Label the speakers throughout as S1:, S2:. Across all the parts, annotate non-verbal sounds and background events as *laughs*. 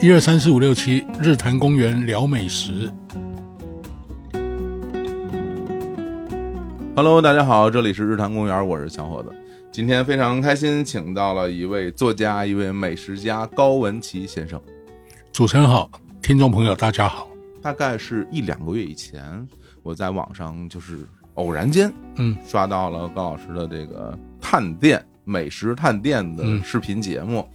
S1: 一二三四五六七日坛公园聊美食。
S2: Hello，大家好，这里是日坛公园，我是小伙子。今天非常开心，请到了一位作家、一位美食家高文奇先生。
S1: 主持人好，听众朋友大家好。
S2: 大概是一两个月以前，我在网上就是偶然间，
S1: 嗯，
S2: 刷到了高老师的这个探店美食探店的
S1: 嗯
S2: 视频节目，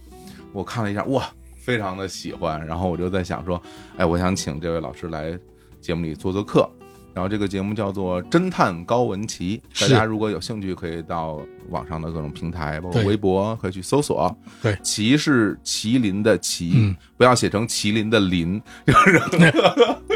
S2: 我看了一下，哇，非常的喜欢。然后我就在想说，哎，我想请这位老师来节目里做做客。然后这个节目叫做《侦探高文奇》，大
S1: 是
S2: 家如果有兴趣，可以到网上的各种平台，包括
S1: 对
S2: 微博，可以去搜索。
S1: 对
S2: 麒是麒麟的麒，
S1: 嗯
S2: 不要写成麒麟的麟， *laughs* 就是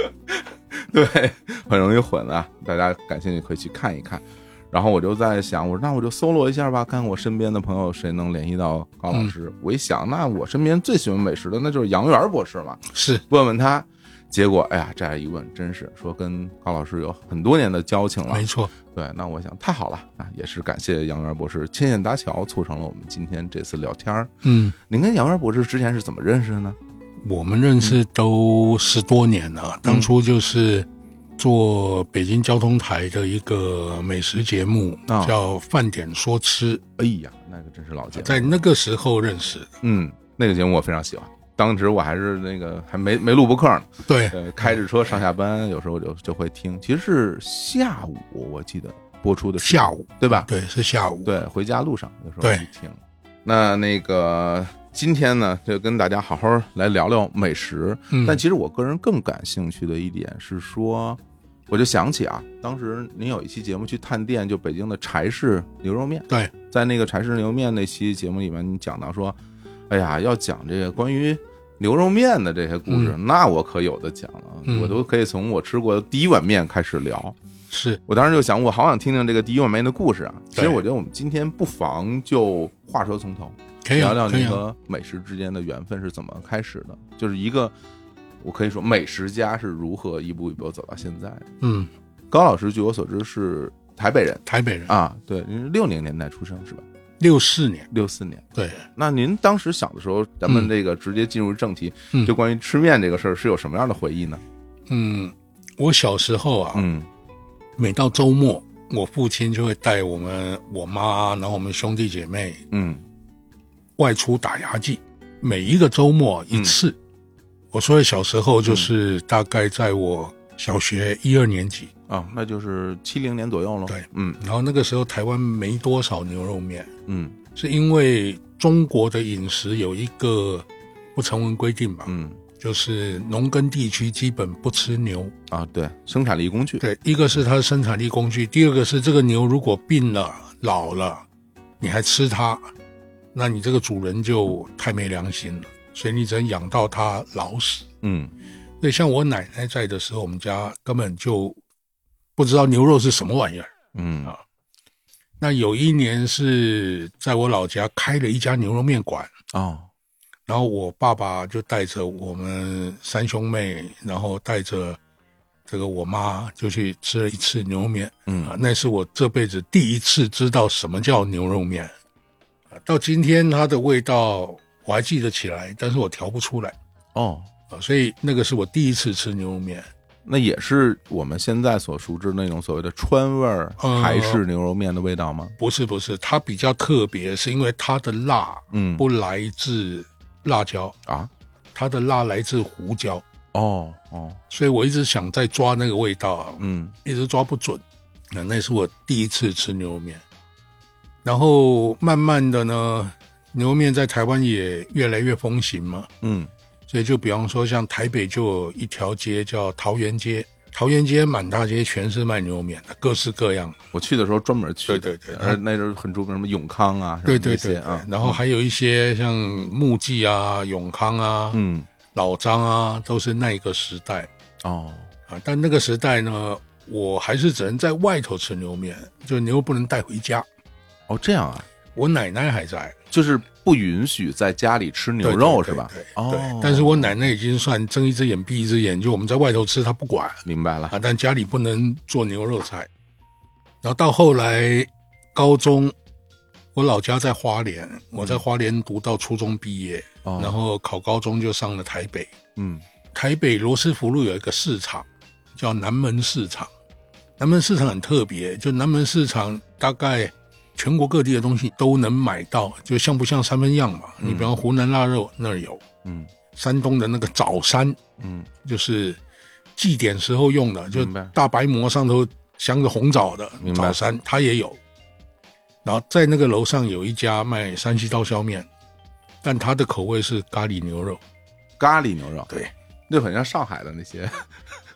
S2: *laughs* 对，很容易混啊。大家感兴趣可以去看一看。然后我就在想，我说那我就搜罗一下吧，看看我身边的朋友谁能联系到高老师。我一想，那我身边最喜欢美食的那就是杨元博士嘛， *laughs*
S1: 是
S2: 问问他。结果，哎呀，这样一问，真是说跟高老师有很多年的交情了
S1: 没。错，
S2: 对，那我想太好了啊，也是感谢杨元博士牵线搭桥，促成了我们今天这次聊天儿。
S1: 嗯，
S2: 您跟杨元博士之前是怎么认识的呢？
S1: 我们认识都十多年
S2: 嗯
S1: 了，当初就是做北京交通台的一个美食节目，
S2: 啊
S1: 叫《饭点说吃
S2: 哎呀，那个真是老节》，目，
S1: 在那个时候认识的。
S2: 嗯，那个节目我非常喜欢。当时我还是那个还没没录播课呢，
S1: 对，
S2: 呃，开着车上下班，有时候我就就会听。其实是下午，我记得播出的时间
S1: 下午，
S2: 对吧？
S1: 对，是下午。
S2: 对，回家路上有时候
S1: 对
S2: 去听。那那个今天呢，就跟大家好好来聊聊美食。
S1: 嗯
S2: 但其实我个人更感兴趣的一点是说，我就想起啊，当时您有一期节目去探店，就北京的柴氏牛肉面。
S1: 对，
S2: 在那个柴氏牛肉面那期节目里面，你讲到说，哎呀，要讲这个关于牛肉面的这些故事，那我可有的讲了，
S1: 嗯
S2: 我都可以从我吃过的第一碗面开始聊。
S1: 是
S2: 我当时就想，我好想听听这个第一碗面的故事啊。其实
S1: 对
S2: 我觉得我们今天不妨就话说从头，
S1: 可以
S2: 聊
S1: 啊
S2: 聊
S1: 可以
S2: 你
S1: 啊
S2: 和美食之间的缘分是怎么开始的，就是一个我可以说美食家是如何一步一步走到现在的。
S1: 嗯，
S2: 高老师据我所知是台北人
S1: 台北人，
S2: 啊，对，您是六零年代出生是吧？
S1: 六四年，
S2: 六四年。
S1: 对，
S2: 那您当时小的时候，咱们这个直接进入正题，
S1: 嗯
S2: 就关于吃面这个事儿是有什么样的回忆呢？
S1: 嗯，我小时候啊，
S2: 嗯
S1: 每到周末，我父亲就会带我们、我妈，然后我们兄弟姐妹
S2: 嗯
S1: 外出打牙祭，每一个周末一次。我说的小时候就是大概在我小学一二年级，
S2: 啊，那就是七零年左右喽。
S1: 对，
S2: 嗯
S1: 然后那个时候台湾没多少牛肉面，
S2: 嗯
S1: 是因为中国的饮食有一个不成文规定嘛，
S2: 嗯
S1: 就是农耕地区基本不吃牛。
S2: 啊，对，生产力工具。
S1: 对，一个是它的生产力工具，第二个是这个牛如果病了、老了，你还吃它，那你这个主人就太没良心了。所以你只能养到它老死。
S2: 嗯
S1: 对，像我奶奶在的时候，我们家根本就不知道牛肉是什么玩意儿。
S2: 嗯
S1: 啊那有一年是在我老家开了一家牛肉面馆，
S2: 哦
S1: 然后我爸爸就带着我们三兄妹，然后带着这个我妈就去吃了一次牛肉面。啊
S2: 嗯，
S1: 那是我这辈子第一次知道什么叫牛肉面。啊，到今天它的味道我还记得起来，但是我调不出来
S2: 哦，
S1: 啊，所以那个是我第一次吃牛肉面。
S2: 那也是我们现在所熟知的那种所谓的川味儿
S1: 呃
S2: 台式牛肉面的味道吗？
S1: 不是不是，它比较特别，是因为它的辣
S2: 嗯
S1: 不来自辣椒，
S2: 啊
S1: 它的辣来自胡椒，
S2: 哦哦
S1: 所以我一直想在抓那个味道啊，
S2: 嗯
S1: 一直抓不准。那那是我第一次吃牛肉面，然后慢慢的呢，牛肉面在台湾也越来越风行嘛，
S2: 嗯
S1: 所以就比方说像台北就有一条街叫桃园街，桃园街满大街全是卖牛肉面的，各式各样的。
S2: 我去的时候专门去的，
S1: 对对对
S2: 而那时候很著名什么永康啊，什么
S1: 对对
S2: 那些
S1: 对
S2: 啊，
S1: 然后还有一些像木记啊、永康啊、
S2: 嗯
S1: 老张啊，都是那一个时代
S2: 哦
S1: 啊。但那个时代呢，我还是只能在外头吃牛肉面，就牛肉不能带回家。
S2: 哦这样啊，
S1: 我奶奶还在，
S2: 就是不允许在家里吃牛
S1: 对
S2: 肉
S1: 对
S2: 是吧
S1: 对？对
S2: 哦
S1: 对，但是我奶奶已经算睁一只眼闭一只眼，就我们在外头吃，她不管
S2: 明白了
S1: 啊，但家里不能做牛肉菜。然后到后来高中，我老家在花莲，我在花莲读到初中毕业，
S2: 哦
S1: 然后考高中就上了台北。
S2: 嗯
S1: 台北罗斯福路有一个市场叫南门市场，南门市场很特别，就南门市场大概全国各地的东西都能买到，就像不像三分样嘛？你比方湖南腊肉那儿有，
S2: 嗯
S1: 山东的那个枣山
S2: 嗯，
S1: 就是祭典时候用的，就
S2: 明白
S1: 大白馍上头镶着红枣的
S2: 明白
S1: 枣山，它也有。然后在那个楼上有一家卖山西刀削面，但它的口味是咖喱牛肉，
S2: 咖喱牛肉，
S1: 对，
S2: 那很像上海的那些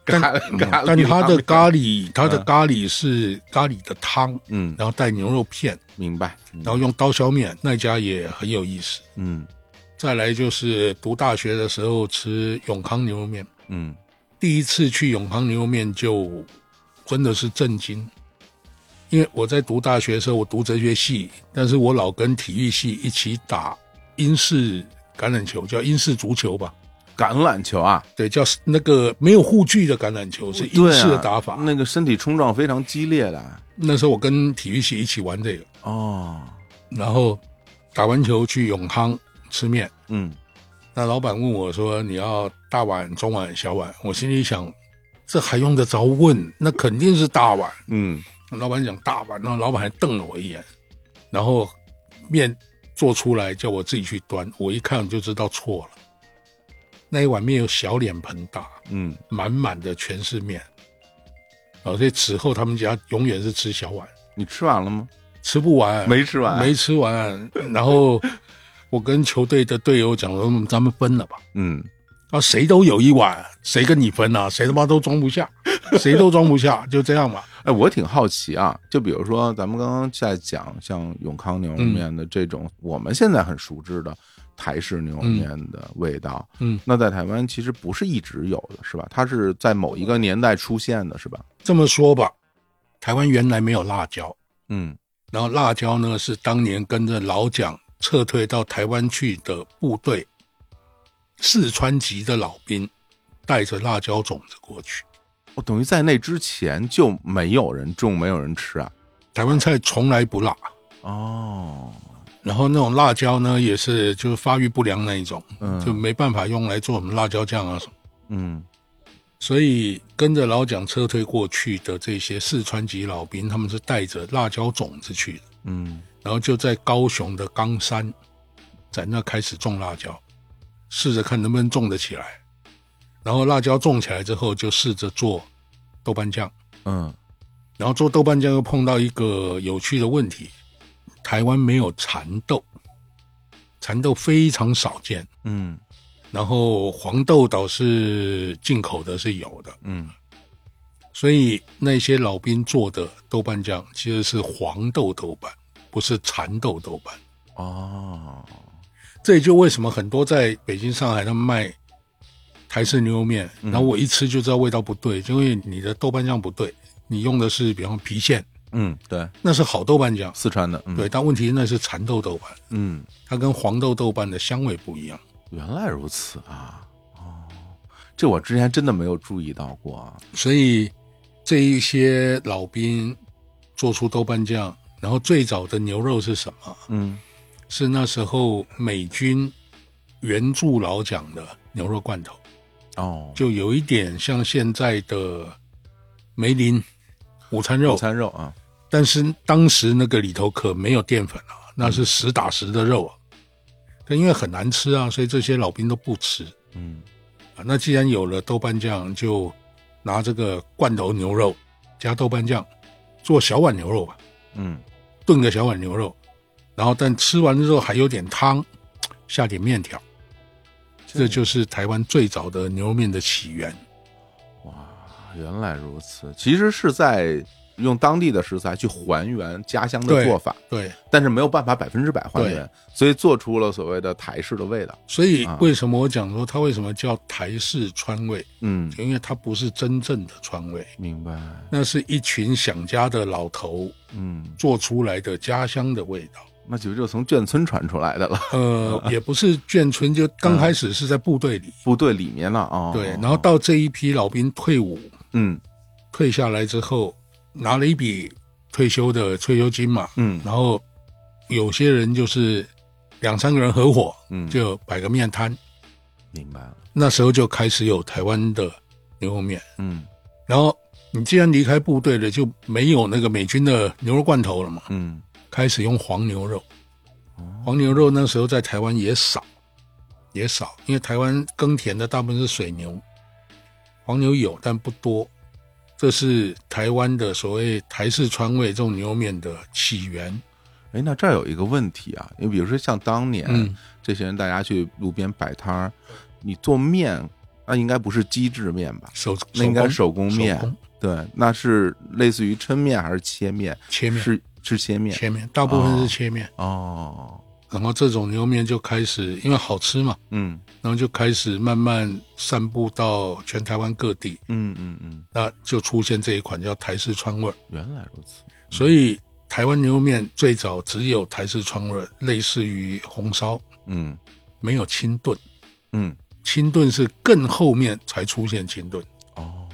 S2: *laughs*
S1: 但
S2: 咖
S1: 嗯
S2: 咖喱，嗯
S1: 但它的咖
S2: 喱，
S1: 喱，它的咖喱是咖喱的汤，
S2: 嗯，
S1: 然后带牛肉片，
S2: 明白，嗯
S1: 然后用刀削面，那家也很有意思。
S2: 嗯
S1: 再来就是读大学的时候吃永康牛肉面，
S2: 嗯，
S1: 第一次去永康牛肉面就真的是震惊，因为我在读大学的时候，我读哲学系，但是我老跟体育系一起打英式橄榄球，叫英式足球吧。
S2: 橄榄球啊，
S1: 对，叫那个没有护具的橄榄球是英
S2: 对
S1: 式的
S2: 啊
S1: 打法。
S2: 那个身体冲撞非常激烈的，
S1: 那时候我跟体育系一起玩这个，
S2: 哦，
S1: 然后打完球去永康吃面。
S2: 嗯
S1: 那老板问我说：“你要大碗、中碗、小碗？”我心里想，这还用得着问？那肯定是大碗。
S2: 嗯
S1: 老板讲大碗，然后老板还瞪了我一眼，然后面做出来叫我自己去端，我一看就知道错了。那一碗面有小脸盆大，
S2: 嗯，
S1: 满满的全是面。啊，所以此后他们家永远是吃小碗，
S2: 你吃完了吗？
S1: 吃不完，
S2: 没吃完，
S1: 没，吃完。然后我跟球队的队友讲说，嗯咱们分了吧。
S2: 嗯
S1: 啊，谁都有一碗，谁跟你分啊？谁他妈都装不下，谁都装不下，就这样吧。
S2: 哎，我挺好奇啊，就比如说咱们刚刚在讲像永康牛肉面的这种、我们现在很熟知的台式牛肉面的味道，
S1: 嗯，
S2: 那在台湾其实不是一直有的，是吧？它是在某一个年代出现的，是吧？
S1: 这么说吧，台湾原来没有辣椒，
S2: 嗯
S1: 然后辣椒呢是当年跟着老蒋撤退到台湾去的部队，四川籍的老兵带着辣椒种子过去。
S2: 我哦等于在那之前就没有人种，没有人吃啊。
S1: 台湾菜从来不辣，
S2: 哦，
S1: 然后那种辣椒呢也是就是发育不良那一种，
S2: 嗯
S1: 就没办法用来做什么辣椒酱啊什么。
S2: 嗯
S1: 所以跟着老蒋撤退过去的这些四川籍老兵，他们是带着辣椒种子去的，
S2: 嗯，
S1: 然后就在高雄的冈山，在那开始种辣椒，试着看能不能种得起来。然后辣椒种起来之后，就试着做豆瓣酱，
S2: 嗯，
S1: 然后做豆瓣酱又碰到一个有趣的问题：台湾没有蚕豆，蚕豆非常少见。
S2: 嗯，
S1: 然后黄豆倒是进口的，是有的。
S2: 嗯，
S1: 所以那些老兵做的豆瓣酱其实是黄豆豆瓣，不是蚕豆豆瓣。
S2: 哦，
S1: 这也就为什么很多在北京、上海他们卖台式牛肉面，然后我一吃就知道味道不对，就因为你的豆瓣酱不对，你用的是比方郫县，
S2: 嗯，对，
S1: 那是好豆瓣酱，
S2: 四川的，嗯，
S1: 对，，但问题那是蚕豆豆瓣，
S2: 嗯，
S1: 它跟黄豆豆瓣的香味不一样。
S2: 原来如此啊，哦，这我之前真的没有注意到过啊，
S1: 所以这一些老兵做出豆瓣酱，然后最早的牛肉是什么？
S2: 嗯，
S1: 是那时候美军援助老蒋的牛肉罐头，
S2: 哦，
S1: 就有一点像现在的梅林午餐
S2: 午
S1: 肉，
S2: 餐肉啊，
S1: 但是当时那个里头可没有淀粉啊，那是实打实的肉啊。但因为很难吃啊，所以这些老兵都不吃
S2: 嗯
S1: 啊。那既然有了豆瓣酱，就拿这个罐头牛肉加豆瓣酱做小碗牛肉吧。
S2: 嗯，
S1: 炖个小碗牛肉，然后但吃完之后还有点汤，下点面条，这就是台湾最早的牛肉面的起源。
S2: 哇，原来如此，其实是在用当地的食材去还原家乡的
S1: 对
S2: 做法，
S1: 对，
S2: 但是没有办法百分之百还原，所以做出了所谓的台式的味道，
S1: 所以
S2: 啊
S1: 为什么我讲说它为什么叫台式川味，
S2: 嗯，
S1: 因为它不是真正的川味，
S2: 明白，
S1: 那是一群想家的老头
S2: 嗯，
S1: 做出来的家乡的味道。
S2: 那就就从眷村传出来的了，
S1: 呃，
S2: 啊
S1: 也不是眷村，就刚开始是在部队里，
S2: 部队里面了啊，
S1: 对，然后到这一批老兵退伍，
S2: 嗯
S1: 退下来之后拿了一笔退休的退休金嘛，
S2: 嗯
S1: 然后有些人就是两三个人合伙，
S2: 嗯，
S1: 就摆个面摊。
S2: 明白了，
S1: 那时候就开始有台湾的牛肉面。
S2: 嗯
S1: 然后你既然离开部队了，就没有那个美军的牛肉罐头了嘛，
S2: 嗯，
S1: 开始用黄牛肉。黄牛肉那时候在台湾也少，也少，因为台湾耕田的大部分是水牛，黄牛有但不多。这是台湾的所谓台式川味这种牛肉面的起源。
S2: 哎，那这儿有一个问题啊，你比如说像当年、
S1: 嗯
S2: 这些人，大家去路边摆摊儿，你做面，那应该不是机制面吧？
S1: 手
S2: 那应该是
S1: 手
S2: 手工
S1: 工
S2: 面，
S1: 手工
S2: 对，那是类似于抻面还是切面？
S1: 切面，
S2: 是是切面
S1: 切面，大部分
S2: 哦
S1: 是切面。
S2: 哦，
S1: 然后这种牛肉面就开始，因为好吃嘛，
S2: 嗯
S1: 然后就开始慢慢散布到全台湾各地，
S2: 嗯嗯嗯，
S1: 那就出现这一款叫台式川味儿。
S2: 原来如此，
S1: 所以台湾牛肉面最早只有台式川味儿，类似于红烧，
S2: 嗯
S1: 没有清炖。
S2: 嗯
S1: 清炖是更后面才出现清炖，
S2: 哦，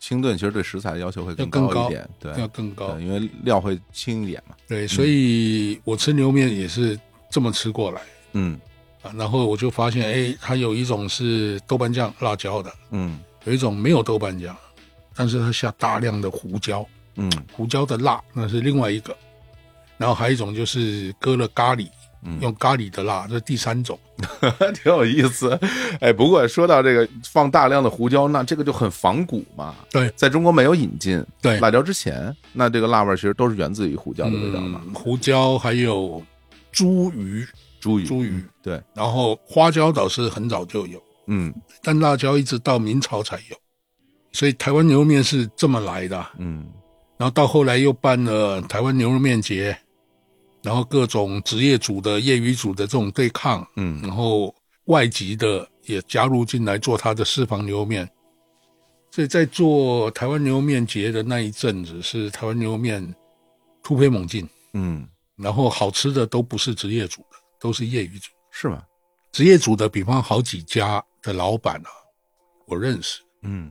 S2: 清炖其实对食材的要求会
S1: 要更
S2: 高
S1: 高
S2: 一点，对，
S1: 要更高
S2: 对。因为料会轻一点嘛，
S1: 对，所以我吃牛肉面也是这么吃过来
S2: 嗯
S1: 啊。然后我就发现，哎，它有一种是豆瓣酱辣椒的，
S2: 嗯
S1: 有一种没有豆瓣酱，但是它下大量的胡椒，
S2: 嗯 *laughs*
S1: 胡椒的辣那是另外一个，然后还有一种就是搁了咖喱，
S2: 嗯，
S1: 用咖喱的辣，这是第三种。
S2: 挺有意思。哎，不过说到这个放大量的胡椒，那这个就很仿古嘛。
S1: 对
S2: 在中国没有引进
S1: 对，
S2: 辣椒之前，那这个辣味儿其实都是源自于胡椒的味道嘛。
S1: 嗯，胡椒还有猪鱼，
S2: 猪鱼，
S1: 猪鱼
S2: 嗯对，
S1: 然后花椒倒是很早就有，
S2: 嗯
S1: 但辣椒一直到明朝才有，所以台湾牛肉面是这么来的。啊
S2: 嗯
S1: 然后到后来又办了台湾牛肉面节，然后各种职业组的、业余组的这种对抗，
S2: 嗯
S1: 然后外籍的也加入进来做他的私房牛肉面。所以在做台湾牛肉面节的那一阵子，是台湾牛肉面突飞猛进，
S2: 嗯，
S1: 然后好吃的都不是职业组的，都是业余组。
S2: 是吗？
S1: 职业组的，比方好几家的老板啊，我认识
S2: 嗯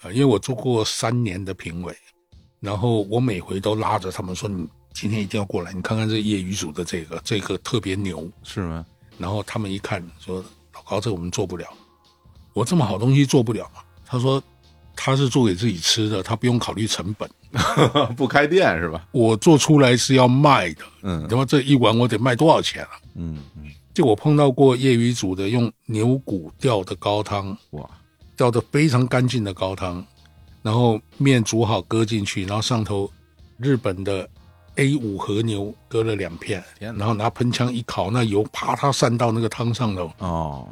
S1: 啊，因为我做过三年的评委，然后我每回都拉着他们说：“你今天一定要过来，你看看这业余组的这个，这个特别牛。”
S2: 是吗？ *laughs*
S1: 然后他们一看说：“老高，这个我们做不了，我这么好东西做不了嘛。”他说：“他是做给自己吃的，他不用考虑成本。
S2: 不开店是吧？
S1: 我做出来是要卖的，
S2: 嗯
S1: 那么这一碗我得卖多少钱啊
S2: 嗯嗯，？”
S1: 就我碰到过业余组的用牛骨吊的高汤，
S2: 哇，
S1: 吊的非常干净的高汤，然后面煮好搁进去，然后上头日本的 A 五和牛搁了两片，
S2: 天哪
S1: 然后拿喷枪一烤，那油啪嗒散到那个汤上头，
S2: 哦，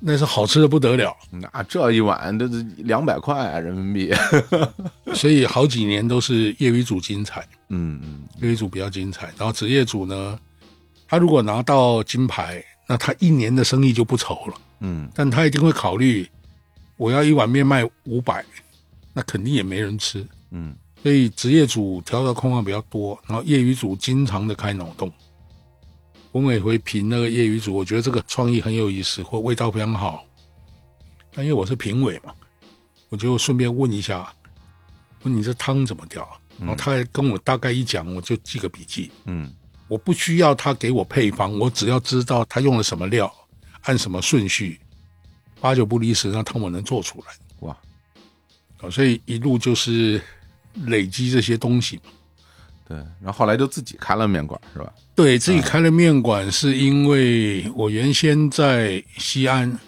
S1: 那是好吃的不得了。
S2: 那这一碗这两百块啊人民币。 *laughs*
S1: *laughs* 所以好几年都是业余组精彩，
S2: 嗯嗯
S1: 业余组比较精彩。然后职业组呢，他如果拿到金牌，那他一年的生意就不愁了，
S2: 嗯，
S1: 但他一定会考虑，我要一碗面卖五百，那肯定也没人吃。
S2: 嗯
S1: 所以职业组调的空况比较多，然后业余组经常的开脑洞。我每回评那个业余组，我觉得这个创意很有意思，或味道非常好。那因为我是评委嘛，我就顺便问一下，问你这汤怎么调啊？然后他还跟我大概一讲，我就记个笔记。
S2: 嗯
S1: 我不需要他给我配方，我只要知道他用了什么料，按什么顺序，八九不离十，那汤我能做出来。
S2: 哇，
S1: 啊，所以一路就是累积这些东西嘛。
S2: 对，然后后来就自己开了面馆是吧？
S1: 对自己开了面馆，是因为我原先在西安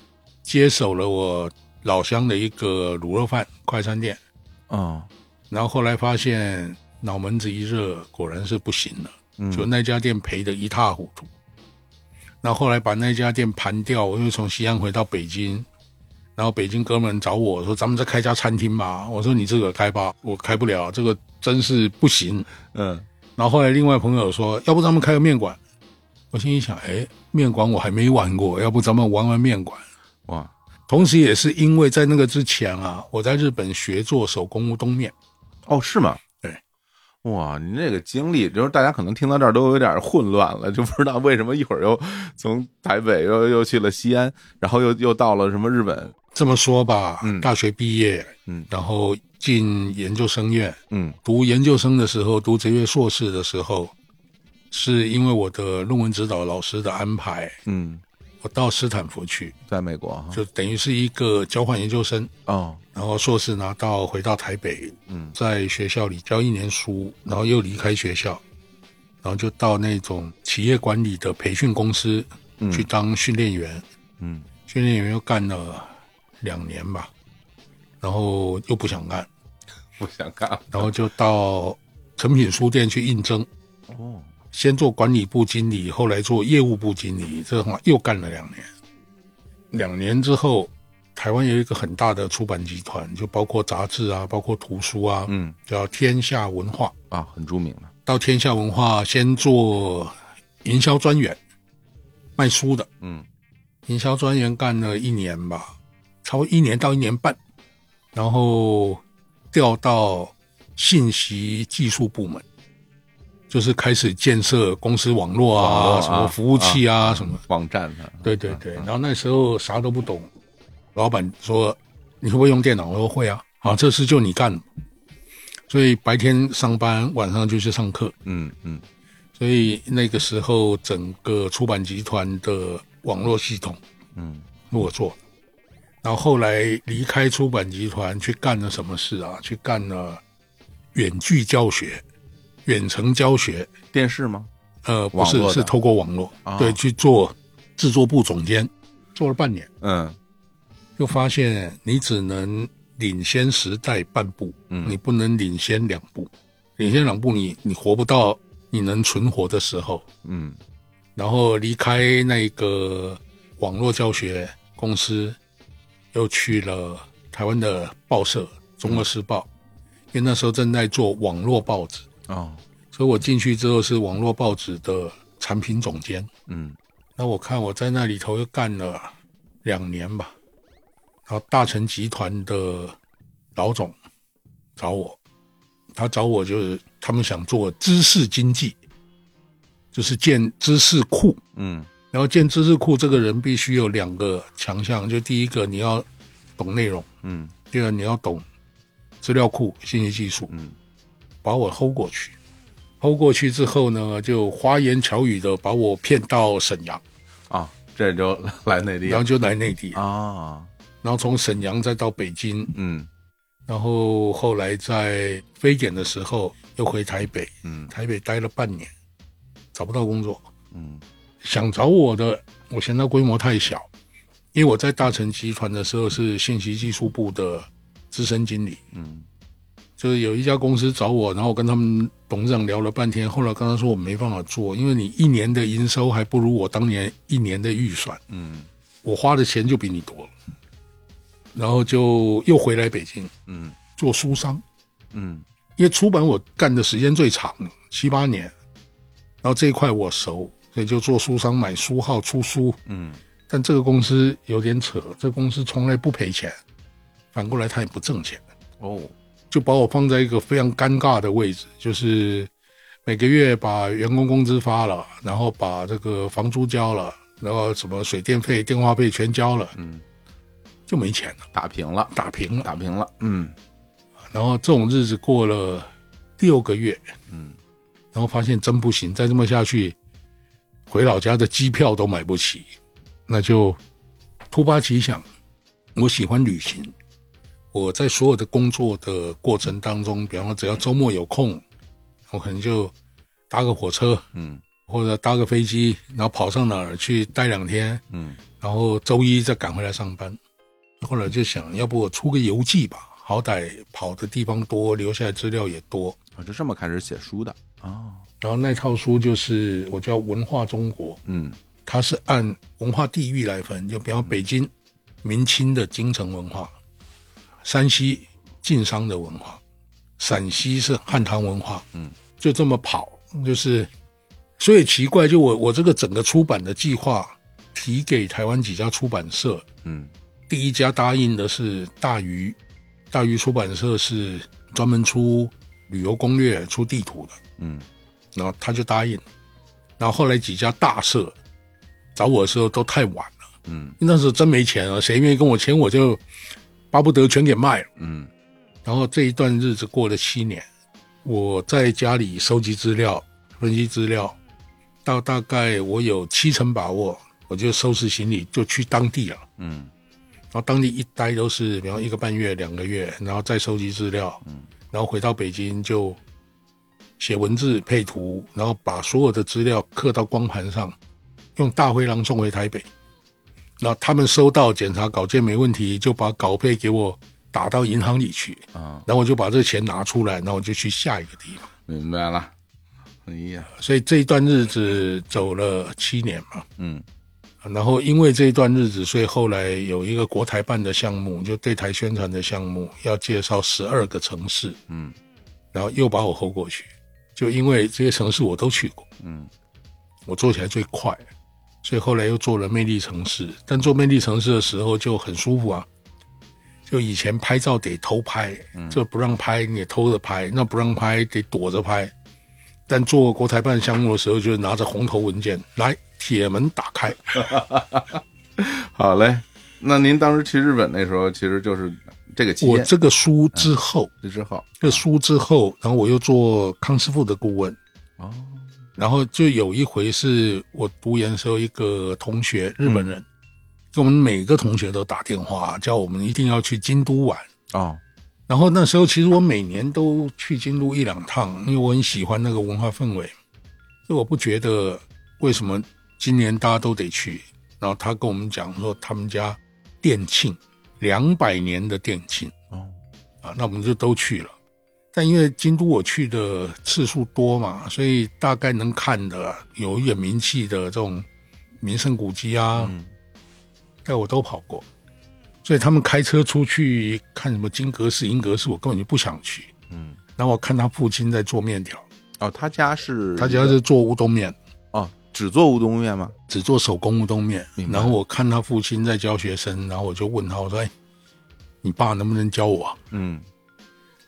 S1: 接手了我老乡的一个卤肉饭快餐店，
S2: 哦，
S1: 然后后来发现脑门子一热，果然是不行了，
S2: 嗯
S1: 就那家店赔得一塌糊涂。然后后来把那家店盘掉，我又从西安回到北京，然后北京哥们找我说：“咱们再开家餐厅吧。”我说：“你自个儿开吧，我开不了，这个真是不行。”
S2: 嗯
S1: 然后后来另外朋友说，要不咱们开个面馆？我心里想，哎，面馆我还没玩过，要不咱们玩玩面馆？
S2: 哇，
S1: 同时，也是因为在那个之前啊，我在日本学做手工乌冬面，
S2: 哦，是吗？
S1: 对，
S2: 哇，你这个经历，就是大家可能听到这儿都有点混乱了，就不知道为什么一会儿又从台北又又去了西安，然后又又到了什么日本，
S1: 这么说吧，
S2: 嗯
S1: 大学毕业，
S2: 嗯
S1: 然后进研究生院，
S2: 嗯
S1: 读研究生的时候，读职业硕士的时候，是因为我的论文指导老师的安排，
S2: 嗯，
S1: 我到斯坦福去，
S2: 在美国哈，
S1: 就等于是一个交换研究生，
S2: 哦，
S1: 然后硕士拿到回到台北，
S2: 嗯，
S1: 在学校里教一年书，然后又离开学校，然后就到那种企业管理的培训公司
S2: 嗯
S1: 去当训练员，
S2: 嗯
S1: 训练员又干了两年吧，然后又不想干，
S2: *laughs* 不想干了
S1: 然后就到诚品书店去应征，
S2: 哦，
S1: 先做管理部经理，后来做业务部经理，这话又干了两年。两年之后，台湾有一个很大的出版集团，就包括杂志啊，包括图书啊，
S2: 嗯
S1: 叫天下文化。
S2: 啊，很著名了，
S1: 到天下文化先做营销专员，卖书的
S2: 嗯
S1: 营销专员干了一年吧，差不多一年到一年半，然后调到信息技术部门，就是开始建设公司网络啊、
S2: 网络啊
S1: 什么服务器啊、什么。
S2: *laughs* 网站呢，
S1: 对对对，然后那时候啥都不懂，老板说你会不会用电脑？我说会啊，啊，这事就你干了所以白天上班，晚上就去上课。
S2: 嗯嗯
S1: 所以那个时候，整个出版集团的网络系统
S2: 嗯
S1: 我做的。然后后来离开出版集团，去干了什么事啊？去干了远距教学、远程教学。
S2: 电视吗？
S1: 呃，不
S2: 网络
S1: 是，
S2: 的
S1: 是透过网络，
S2: 啊
S1: 对，去做制作部总监，做了半年，
S2: 嗯
S1: 就发现你只能领先时代半步，
S2: 嗯
S1: 你不能领先两步。领先两步你，你活不到你能存活的时候。
S2: 嗯
S1: 然后离开那个网络教学公司，又去了台湾的报社《中国时报》因为那时候正在做网络报纸，
S2: 哦
S1: 所以我进去之后是网络报纸的产品总监。
S2: 嗯
S1: 那我看我在那里头又干了两年吧，然后大成集团的老总找我，他找我就是他们想做知识经济，就是建知识库。
S2: 嗯
S1: 然后建知识库，这个人必须有两个强项，就第一个你要懂内容，
S2: 嗯
S1: 第二你要懂资料库、信息技术。
S2: 嗯，
S1: 把我薅过去，薅过去之后呢，就花言巧语的把我骗到沈阳，
S2: 啊，这就来内地
S1: 然后就来内地，
S2: 啊，
S1: 然后从沈阳再到北京，
S2: 嗯
S1: 然后后来在非典的时候又回台北，
S2: 嗯
S1: 台北待了半年，找不到工作，
S2: 嗯
S1: 想找我的，我嫌它规模太小，因为我在大成集团的时候是信息技术部的资深经理，
S2: 嗯
S1: 就是有一家公司找我，然后我跟他们董事长聊了半天，后来跟他说我没办法做，因为你一年的营收还不如我当年一年的预算，
S2: 嗯
S1: 我花的钱就比你多了，然后就又回来北京
S2: 嗯
S1: 做书商，
S2: 嗯
S1: 因为出版我干的时间最长，七八年，然后这一块我熟，所以就做书商，买书号出书，
S2: 嗯
S1: 但这个公司有点扯，这公司从来不赔钱，反过来它也不挣钱，
S2: 哦
S1: 就把我放在一个非常尴尬的位置，就是每个月把员工工资发了，然后把这个房租交了，然后什么水电费、电话费全交了，
S2: 嗯，
S1: 就没钱了，
S2: 打平了，
S1: 打平了。
S2: 打平了，嗯
S1: 然后这种日子过了六个月，
S2: 嗯，
S1: 然后发现真不行，再这么下去，回老家的机票都买不起，那就突发奇想，我喜欢旅行。我在所有的工作的过程当中，比方说只要周末有空，我可能就搭个火车
S2: 嗯
S1: 或者搭个飞机，然后跑上哪儿去待两天，
S2: 嗯
S1: 然后周一再赶回来上班。后来就想要不我出个游记吧，好歹跑的地方多，留下来资料也多。
S2: 我啊就这么开始写书的啊，
S1: 然后那套书就是我叫《文化中国》，
S2: 嗯
S1: 它是按文化地域来分，就比方北京明清的京城文化，山西晋商的文化，陕西是汉唐文化，
S2: 嗯，
S1: 就这么跑，就是所以奇怪，就我我这个整个出版的计划提给台湾几家出版社，
S2: 嗯
S1: 第一家答应的是大鱼，大鱼出版社是专门出旅游攻略、出地图的。
S2: 嗯
S1: 然后他就答应了。然后后来几家大社找我的时候都太晚了，
S2: 嗯
S1: 那时候真没钱啊，谁愿意跟我签，我就巴不得全给卖了。
S2: 嗯
S1: 然后这一段日子过了七年，我在家里收集资料、分析资料，到大概我有七成把握，我就收拾行李就去当地了。
S2: 嗯
S1: 然后当地一待都是，比方一个半月、两个月，然后再收集资料，
S2: 嗯
S1: 然后回到北京就写文字配图，然后把所有的资料刻到光盘上，用大灰狼送回台北。然后他们收到检查稿件没问题，就把稿费给我打到银行里去，
S2: 啊，
S1: 然后我就把这钱拿出来，然后我就去下一个地方。
S2: 明白了。哎呀，
S1: 所以这一段日子走了七年嘛，
S2: 嗯
S1: 然后因为这一段日子，所以后来有一个国台办的项目，就对台宣传的项目，要介绍十二个城市，
S2: 嗯
S1: 然后又把我吼过去，就因为这些城市我都去过，
S2: 嗯
S1: 我做起来最快，所以后来又做了魅力城市。但做魅力城市的时候就很舒服啊，就以前拍照得偷拍，
S2: 嗯
S1: 这不让拍你也偷着拍，那不让拍得躲着拍。但做国台办项目的时候，就是拿着红头文件来，铁门打开，
S2: 好嘞。那您当时去日本那时候，其实就是这个期
S1: 我
S2: 间，
S1: 这个书之后。
S2: 这之后
S1: 这书之后，然后我又做康师傅的顾问，
S2: 哦，
S1: 然后就有一回是我读研时候一个同学，日本人，跟我们每个同学都打电话，叫我们一定要去京都玩。
S2: 哦，
S1: 然后那时候其实我每年都去京都一两趟，因为我很喜欢那个文化氛围。所以我不觉得为什么今年大家都得去。然后他跟我们讲说，他们家店庆两百年的店庆，
S2: 哦，
S1: 啊，那我们就都去了。但因为京都我去的次数多嘛，所以大概能看的有一点名气的这种名胜古迹啊，
S2: 嗯
S1: 哎，我都跑过。所以他们开车出去看什么金阁寺、银阁寺，我根本就不想去。
S2: 嗯，
S1: 然后我看他父亲在做面条，
S2: 哦，他家是
S1: 他家是做乌冬面，
S2: 哦，只做乌冬面吗？
S1: 只做手工乌冬面
S2: 明。白
S1: 然后我看他父亲在教学生，然后我就问他，我说：“哎，你爸能不能教我啊？”
S2: 嗯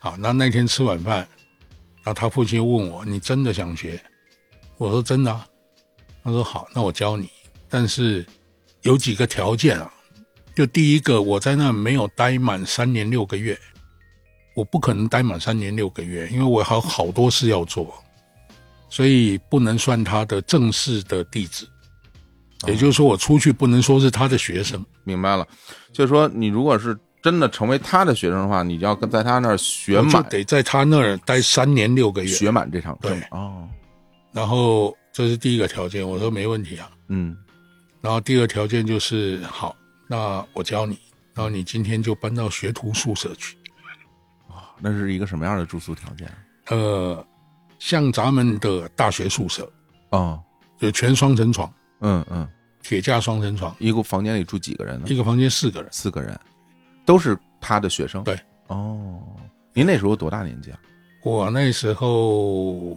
S1: 好，那那天吃晚饭，然后他父亲又问我：“你真的想学？”我说：“真的、啊。”他说：“好，那我教你，但是有几个条件啊。就第一个，我在那没有待满三年六个月，我不可能待满三年六个月，因为我还有好多事要做，所以不能算他的正式的弟子。也就是说，我出去不能说是他的学生。
S2: 明白了，就是说你如果是真的成为他的学生的话，你要跟在他那儿学
S1: 我就
S2: 满
S1: 得在他那儿待三年六个月，
S2: 学满这场
S1: 对
S2: 这哦，
S1: 然后这是第一个条件，我说没问题啊。
S2: 嗯
S1: 然后第二条件就是好，那我教你，然后你今天就搬到学徒宿舍去。
S2: 啊，那是一个什么样的住宿条件？啊
S1: 呃，像咱们的大学宿舍，
S2: 哦，
S1: 有全双层床，
S2: 嗯嗯，
S1: 铁架双层床，
S2: 一个房间里住几个人呢
S1: 一？个房间四个人。
S2: 四个人，都是他的学生。
S1: 对，
S2: 哦，您那时候多大年纪啊？
S1: 我那时候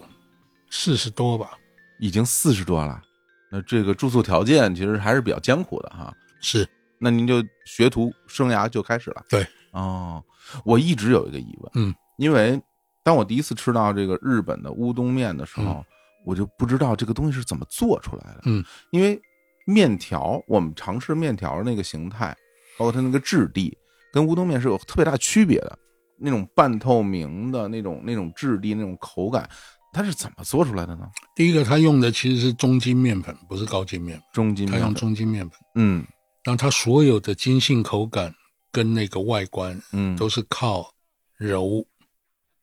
S1: 四十多吧，
S2: 已经四十多了，那这个住宿条件其实还是比较艰苦的哈。
S1: 是
S2: 那您就学徒生涯就开始了。
S1: 对，
S2: 哦，我一直有一个疑问，
S1: 嗯，
S2: 因为当我第一次吃到这个日本的乌冬面的时候，我就不知道这个东西是怎么做出来的，
S1: 嗯，
S2: 因为面条我们尝试面条那个形态，包括它那个质地，跟乌冬面是有特别大区别的，那种半透明的那种那种质地那种口感，它是怎么做出来的呢？
S1: 第一个，他用的其实是中筋面粉，不是高筋面粉，
S2: 中筋
S1: 他
S2: 面
S1: 用
S2: 粉，
S1: 中筋面粉，
S2: 嗯
S1: 然后他所有的筋性口感跟那个外观
S2: 嗯
S1: 都是靠揉，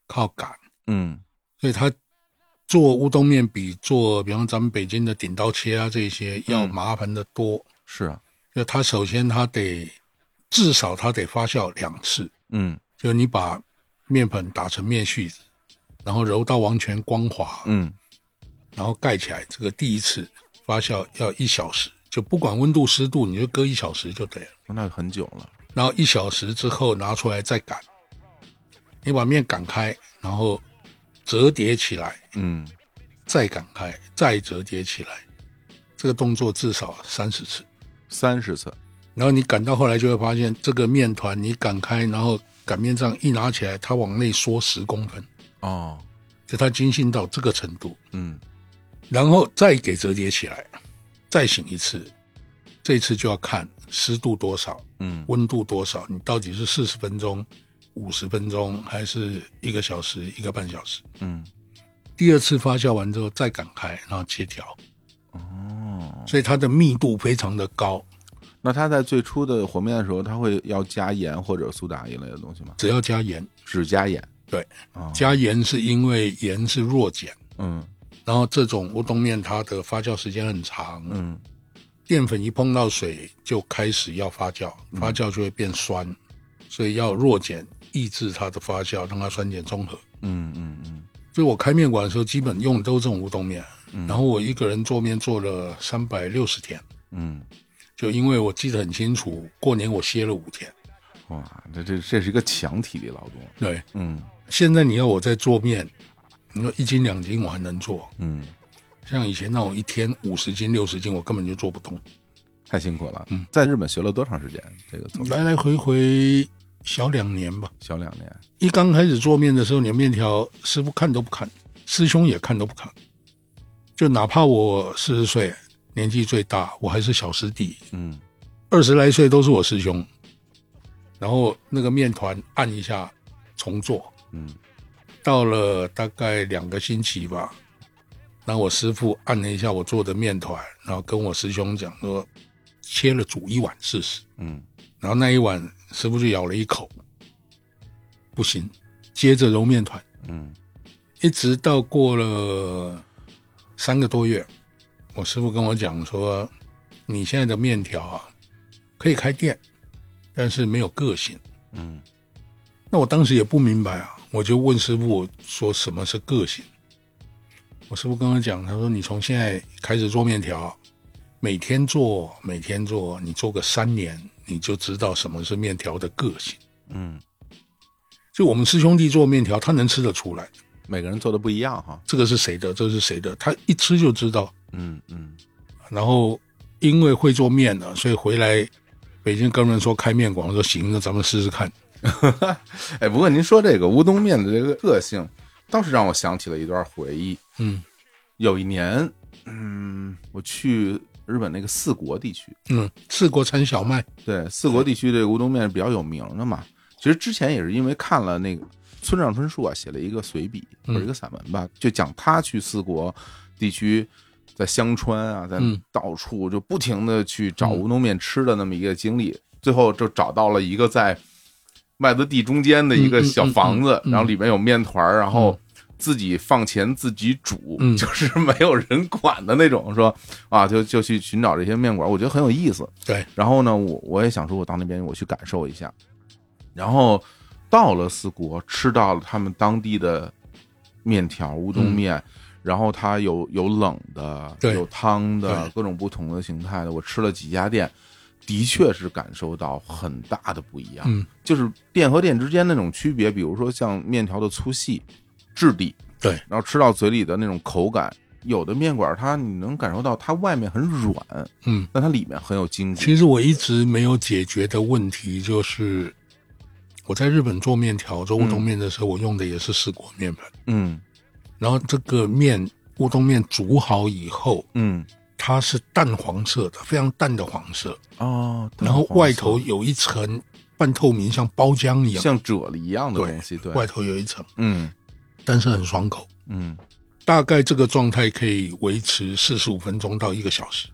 S1: 靠擀。
S2: 嗯
S1: 所以他做乌冬面比做，比方咱们北京的顶刀切啊这些要
S2: 嗯
S1: 麻烦的多。
S2: 是啊
S1: 就他首先他得至少他得发酵两次，
S2: 嗯
S1: 就你把面粉打成面絮子，然后揉到完全光滑，
S2: 嗯
S1: 然后盖起来。这个第一次发酵要一小时，就不管温度湿度，你就搁一小时就对了。
S2: 那很久了，
S1: 然后一小时之后拿出来再擀，你把面擀开，然后折叠起来，
S2: 嗯。
S1: 再擀开，再折叠起来，这个动作至少三十次。
S2: 三十次，
S1: 然后你擀到后来就会发现，这个面团你擀开，然后擀面杖一拿起来，它往内缩十公分，
S2: 哦，
S1: 就它精细到这个程度。
S2: 嗯
S1: 然后再给折叠起来，再醒一次，这次就要看湿度多少，
S2: 嗯
S1: 温度多少，你到底是四十分钟、五十分钟，还是一个小时、一个半小时？
S2: 嗯，
S1: 第二次发酵完之后再擀开，然后切条，所以它的密度非常的高。
S2: 哦那它在最初的和面的时候，它会要加盐或者苏打一类的东西吗？
S1: 只要加盐，
S2: 只加盐，
S1: 对，
S2: 啊，
S1: 加盐是因为盐是弱碱，
S2: 嗯
S1: 然后这种乌冬面它的发酵时间很长，
S2: 嗯
S1: 淀粉一碰到水就开始要发酵，发酵就会变酸，所以要弱碱抑制它的发酵，让它酸碱中和。
S2: 嗯嗯嗯，
S1: 所以我开面馆的时候，基本用的都是这种乌冬面。然后我一个人做面做了三百六十天，
S2: 嗯，
S1: 就因为我记得很清楚，过年我歇了五天。
S2: 哇，这这这是一个强体力劳动，
S1: 对，
S2: 嗯
S1: 现在你要我在做面，你说一斤两斤我还能做，
S2: 嗯，
S1: 像以前那种一天五十斤六十斤，我根本就做不动。
S2: 太辛苦了。嗯，在日本学了多长时间？这个做
S1: 来来回回小两年吧。
S2: 小两年，
S1: 一刚开始做面的时候，你的面条师傅看都不看，师兄也看都不看，就哪怕我四十岁，年纪最大，我还是小师弟，
S2: 嗯
S1: 二十来岁都是我师兄。然后那个面团按一下重做，
S2: 嗯
S1: 到了大概两个星期吧，那我师傅按了一下我做的面团，然后跟我师兄讲说，切了煮一碗试试。
S2: 嗯
S1: 然后那一碗师傅就咬了一口，不行，接着揉面团，
S2: 嗯
S1: 一直到过了三个多月，我师傅跟我讲说，你现在的面条啊，可以开店，但是没有个性。
S2: 嗯
S1: 那我当时也不明白啊，我就问师傅说什么是个性。我师傅跟我讲，他说你从现在开始做面条，每天做，每天做，你做个三年，你就知道什么是面条的个性。
S2: 嗯，
S1: 就我们师兄弟做面条，他能吃得出来，
S2: 每个人做的不一样哈，
S1: 这个是谁的，这个是谁的，他一吃就知道。
S2: 嗯嗯
S1: 然后因为会做面呢，所以回来北京跟人说开面馆，我说行，那咱们试试看。
S2: 哎，不过您说这个乌冬面的这个个性，倒是让我想起了一段回忆。
S1: 嗯
S2: 有一年，嗯，我去日本那个四国地区，
S1: 嗯，四国产小麦，
S2: 对，四国地区这个乌冬面是比较有名的嘛。其实之前也是因为看了那个村上春树啊，写了一个随笔
S1: 嗯
S2: 或者一个散文吧，就讲他去四国地区，在香川啊，在
S1: 嗯
S2: 到处就不停的去找乌冬面吃的那么一个经历，最后就找到了一个在麦子地中间的一
S1: 嗯
S2: 个小房子，然后里面有面团儿，然后自己放钱自己煮，
S1: 嗯
S2: *laughs* 就是没有人管的那种，说啊，就就去寻找这些面馆儿，我觉得很有意思。
S1: 对，
S2: 然后呢，我我也想说，我到那边我去感受一下。然后到了四国，吃到了他们当地的面条乌冬面，然后它有有冷的，
S1: 嗯对
S2: 有汤的，
S1: 对
S2: 各种不同的形态的。我吃了几家店，的确是感受到很大的不一样，
S1: 嗯
S2: 就是店和店之间那种区别，比如说像面条的粗细、质地，
S1: 对，
S2: 然后吃到嘴里的那种口感。有的面馆它你能感受到它外面很软，
S1: 嗯。
S2: 但它里面很有筋骨。
S1: 其实我一直没有解决的问题就是，我在日本做面条、做乌冬面的时候，我用的也是四国面粉。
S2: 嗯
S1: 然后这个面乌冬面煮好以后，
S2: 嗯，
S1: 它是淡黄色的，非常淡的黄色，
S2: 哦，
S1: 然后
S2: 淡黄色
S1: 外头有一层半透明，像包浆一样，
S2: 像啫喱一样的东西，对，
S1: 外头有一层，
S2: 嗯
S1: 但是很爽口。
S2: 嗯
S1: 大概这个状态可以维持四十五分钟到一个小时。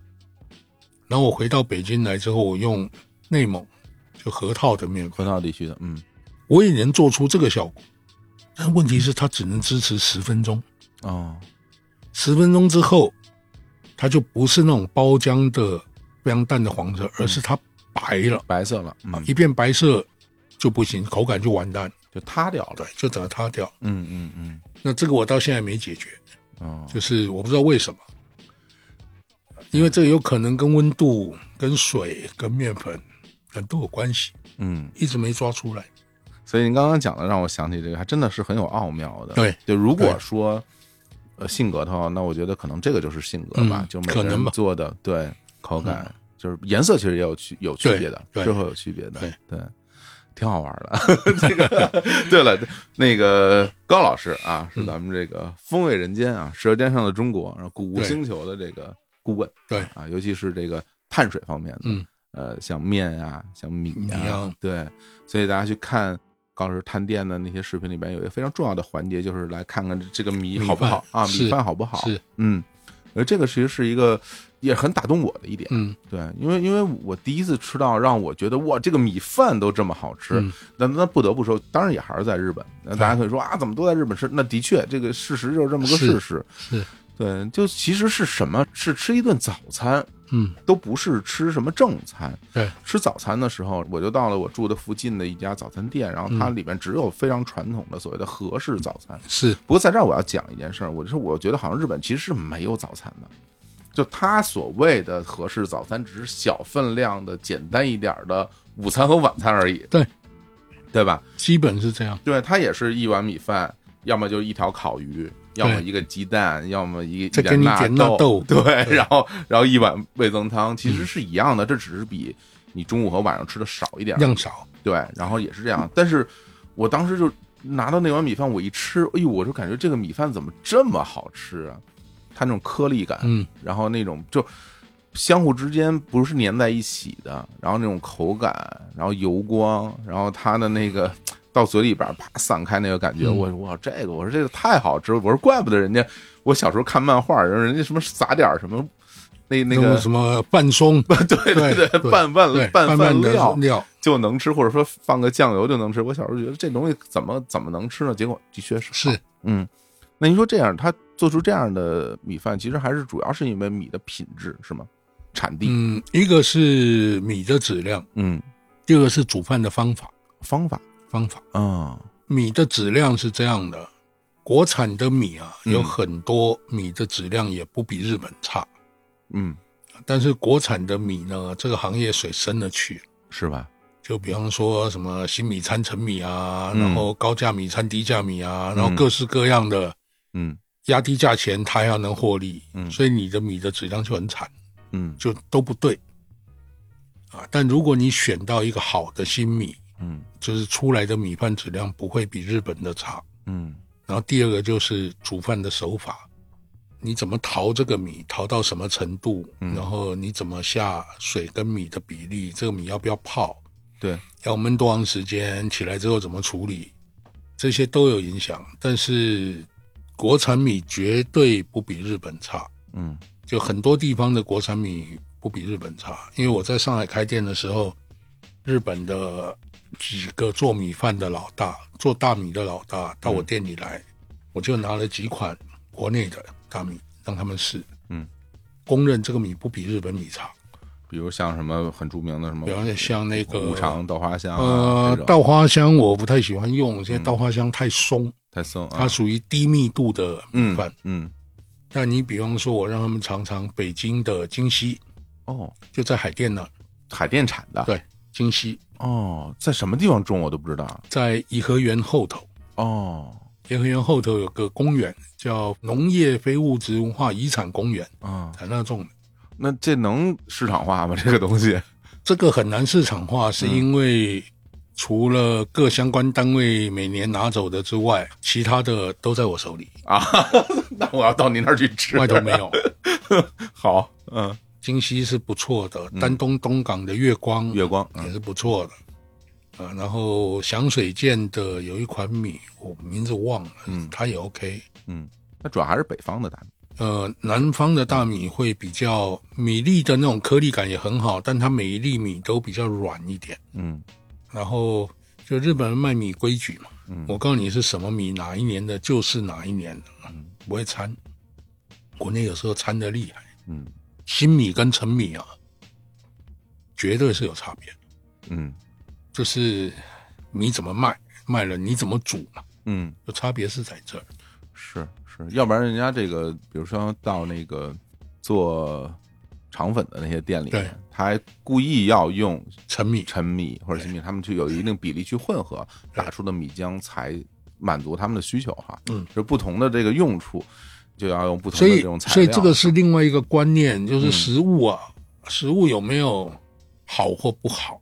S1: 然后我回到北京来之后，我用内蒙就河套的面粉。
S2: 昆道地区的，嗯
S1: 我也能做出这个效果，但问题是它只能支持十分钟，
S2: 哦，
S1: 十分钟之后，它就不是那种包浆的非常淡的黄色，而是它白了，
S2: 白色了，嗯，
S1: 一片白色就不行，口感就完蛋，
S2: 就塌掉了
S1: 对，，就整个塌掉。
S2: 嗯嗯嗯，
S1: 那这个我到现在没解决，
S2: 哦，
S1: 就是我不知道为什么，因为这个有可能跟温度、跟水、跟面粉很都有关系，
S2: 嗯，
S1: 一直没抓出来。
S2: 所以您刚刚讲的让我想起这个，还真的是很有奥妙的，
S1: 对
S2: 就如果
S1: 对
S2: 说。呃，性格的话，那我觉得可能这个就是性格吧，
S1: 嗯
S2: 就每
S1: 可
S2: 个
S1: 能
S2: 人
S1: 吧
S2: 做的对口感，就是颜色其实也有区有区
S1: 对
S2: 别的，
S1: 对
S2: 是会有区别的，
S1: 对
S2: 挺好玩的。 *laughs* 这个对了，那个高老师啊，
S1: 嗯
S2: 是咱们这个风味人间啊，《舌尖上的中国》然后谷物
S1: 对
S2: 星球的这个顾问，
S1: 对
S2: 啊，尤其是这个碳水方面的，
S1: 嗯，
S2: 呃，像面啊，像米
S1: 米啊
S2: 对，所以大家去看。高老师探店的那些视频里边有一个非常重要的环节，就是来看看这个米
S1: 米
S2: 好不好
S1: 饭
S2: 啊，米
S1: 是
S2: 饭好不好？
S1: 是，
S2: 嗯，呃，这个其实是一个也很打动我的一点，
S1: 嗯，
S2: 对，因为因为我第一次吃到让我觉得哇，这个米饭都这么好吃，
S1: 嗯
S2: 那那不得不说，当然也还是在日本。那大家可以说啊，怎么都在日本吃？那的确，这个事实就是这么个
S1: 是
S2: 事实。
S1: 是，
S2: 对，就其实是什么？是吃一顿早餐，
S1: 嗯，
S2: 都不是吃什么正餐。
S1: 对，
S2: 吃早餐的时候，我就到了我住的附近的一家早餐店，然后它里面只有非常传统的所谓的和式早餐。
S1: 是
S2: 不过在这儿我要讲一件事儿，我就是我觉得好像日本其实是没有早餐的，就他所谓的合适早餐，只是小分量的、简单一点儿的午餐和晚餐而已。
S1: 对，
S2: 对吧？
S1: 基本是这样，
S2: 对，它也是一碗米饭，要么就一条烤鱼，要么一个鸡蛋，要么一
S1: 再
S2: 一
S1: 给
S2: 点
S1: 你点
S2: 纳
S1: 纳豆嗯
S2: 对，然后然后一碗味增汤，其实是一样的，这只是比你中午和晚上吃的少一点儿，
S1: 量少，
S2: 对，啊然后也是这样。但是我当时就拿到那碗米饭，我一吃，哎呦，我就感觉这个米饭怎么这么好吃啊？它那种颗粒感，
S1: 嗯，
S2: 然后那种就相互之间不是粘在一起的，然后那种口感，然后油光，然后它的那个。到嘴里边啪散开那个感觉，
S1: 嗯
S2: 我我这个我说这个太好吃了，我说怪不得人家我小时候看漫画，人家什么撒点儿什么，那那
S1: 种
S2: 个 *laughs*
S1: 什么半松，
S2: 对
S1: 对
S2: 对拌拌
S1: 对，
S2: 拌
S1: 拌
S2: 饭
S1: 的
S2: 料，
S1: 料，
S2: 就能吃，或者说放个酱油就能吃。我小时候觉得这东西怎么怎么能吃呢？结果的确是
S1: 是
S2: 嗯。那您说这样，他做出这样的米饭，其实还是主要是因为米的品质是吗？产地，
S1: 嗯，一个是米的质量，
S2: 嗯，
S1: 第二个是煮饭的方法，
S2: 方法
S1: 方法。
S2: 啊，
S1: 米的质量是这样的，国产的米啊，
S2: 嗯
S1: 有很多米的质量也不比日本差，
S2: 嗯，
S1: 但是国产的米呢，这个行业水深了去了。
S2: 是吧？
S1: 就比方说什么新米掺陈米啊，
S2: 嗯
S1: 然后高价米掺低价米啊，然后各式各样的
S2: 嗯
S1: 压低价钱，它还要能获利，
S2: 嗯
S1: 所以你的米的质量就很惨，
S2: 嗯
S1: 就都不对啊。但如果你选到一个好的新米，
S2: 嗯
S1: 就是出来的米饭质量不会比日本的差。
S2: 嗯
S1: 然后第二个就是煮饭的手法，你怎么淘这个米，淘到什么程度，
S2: 嗯
S1: 然后你怎么下水跟米的比例，这个米要不要泡，
S2: 对，
S1: 要焖多长时间，起来之后怎么处理，这些都有影响。但是国产米绝对不比日本差，
S2: 嗯
S1: 就很多地方的国产米不比日本差。因为我在上海开店的时候，日本的几个做米饭的老大、做大米的老大到我
S2: 嗯
S1: 店里来，我就拿了几款国内的大米让他们试，
S2: 嗯，
S1: 公认这个米不比日本米差。
S2: 比如像什么很著名的什么
S1: 比方说像那个
S2: 哦五常豆花香啊，
S1: 呃
S2: 这，种
S1: 稻花香我不太喜欢用，因为稻花香太松，
S2: 太松啊
S1: 它，属于低密度的米
S2: 嗯
S1: 饭。
S2: 嗯
S1: 那你比方说，我让他们尝尝北京的京西，
S2: 哦，
S1: 就在海淀那，
S2: 海淀产的，
S1: 对，京西
S2: 哦，在什么地方种我都不知道
S1: 在颐和园后头，
S2: 哦
S1: 颐和园后头有个公园叫农业非物质文化遗产公园，
S2: 啊，
S1: 在那种的。
S2: 那这能市场化吗？这个东西？
S1: 这个很难市场化，是因为除了各相关单位每年拿走的之外，其他的都在我手里，
S2: 啊， *laughs* 那我要到你那儿去吃。
S1: *laughs* 外头没有。
S2: 好，嗯，
S1: 京西是不错的，丹东东港的月光
S2: 月光，嗯
S1: 也是不错的，啊，然后响水涧的有一款米，我名字忘了，
S2: 嗯
S1: 它也 OK。
S2: 嗯，那主要还是北方的大米。
S1: 呃，南方的大米会比较米粒的那种颗粒感也很好，但它每一粒米都比较软一点。
S2: 嗯
S1: 然后就日本人卖米规矩嘛，
S2: 嗯
S1: 我告诉你是什么米，哪一年的，就是哪一年的，不会掺。国内有时候掺的厉害，
S2: 嗯
S1: 新米跟陈米啊，绝对是有差别的。
S2: 嗯
S1: 就是你怎么卖，卖了你怎么煮嘛，
S2: 嗯，
S1: 就差别是在这儿。
S2: 是是，要不然人家这个，比如说到那个做肠粉的那些店里面
S1: 对，
S2: 他还故意要用
S1: 陈米
S2: 陈米或者新米，他们去有一定比例去混合打出的米浆，才满足他们的需求哈。
S1: 嗯，
S2: 就不同的这个用处，就要用不同
S1: 所
S2: 的这
S1: 以
S2: 种材料。
S1: 所以这个是另外一个观念，就
S2: 嗯
S1: 是食物啊，食物有没有好或不好？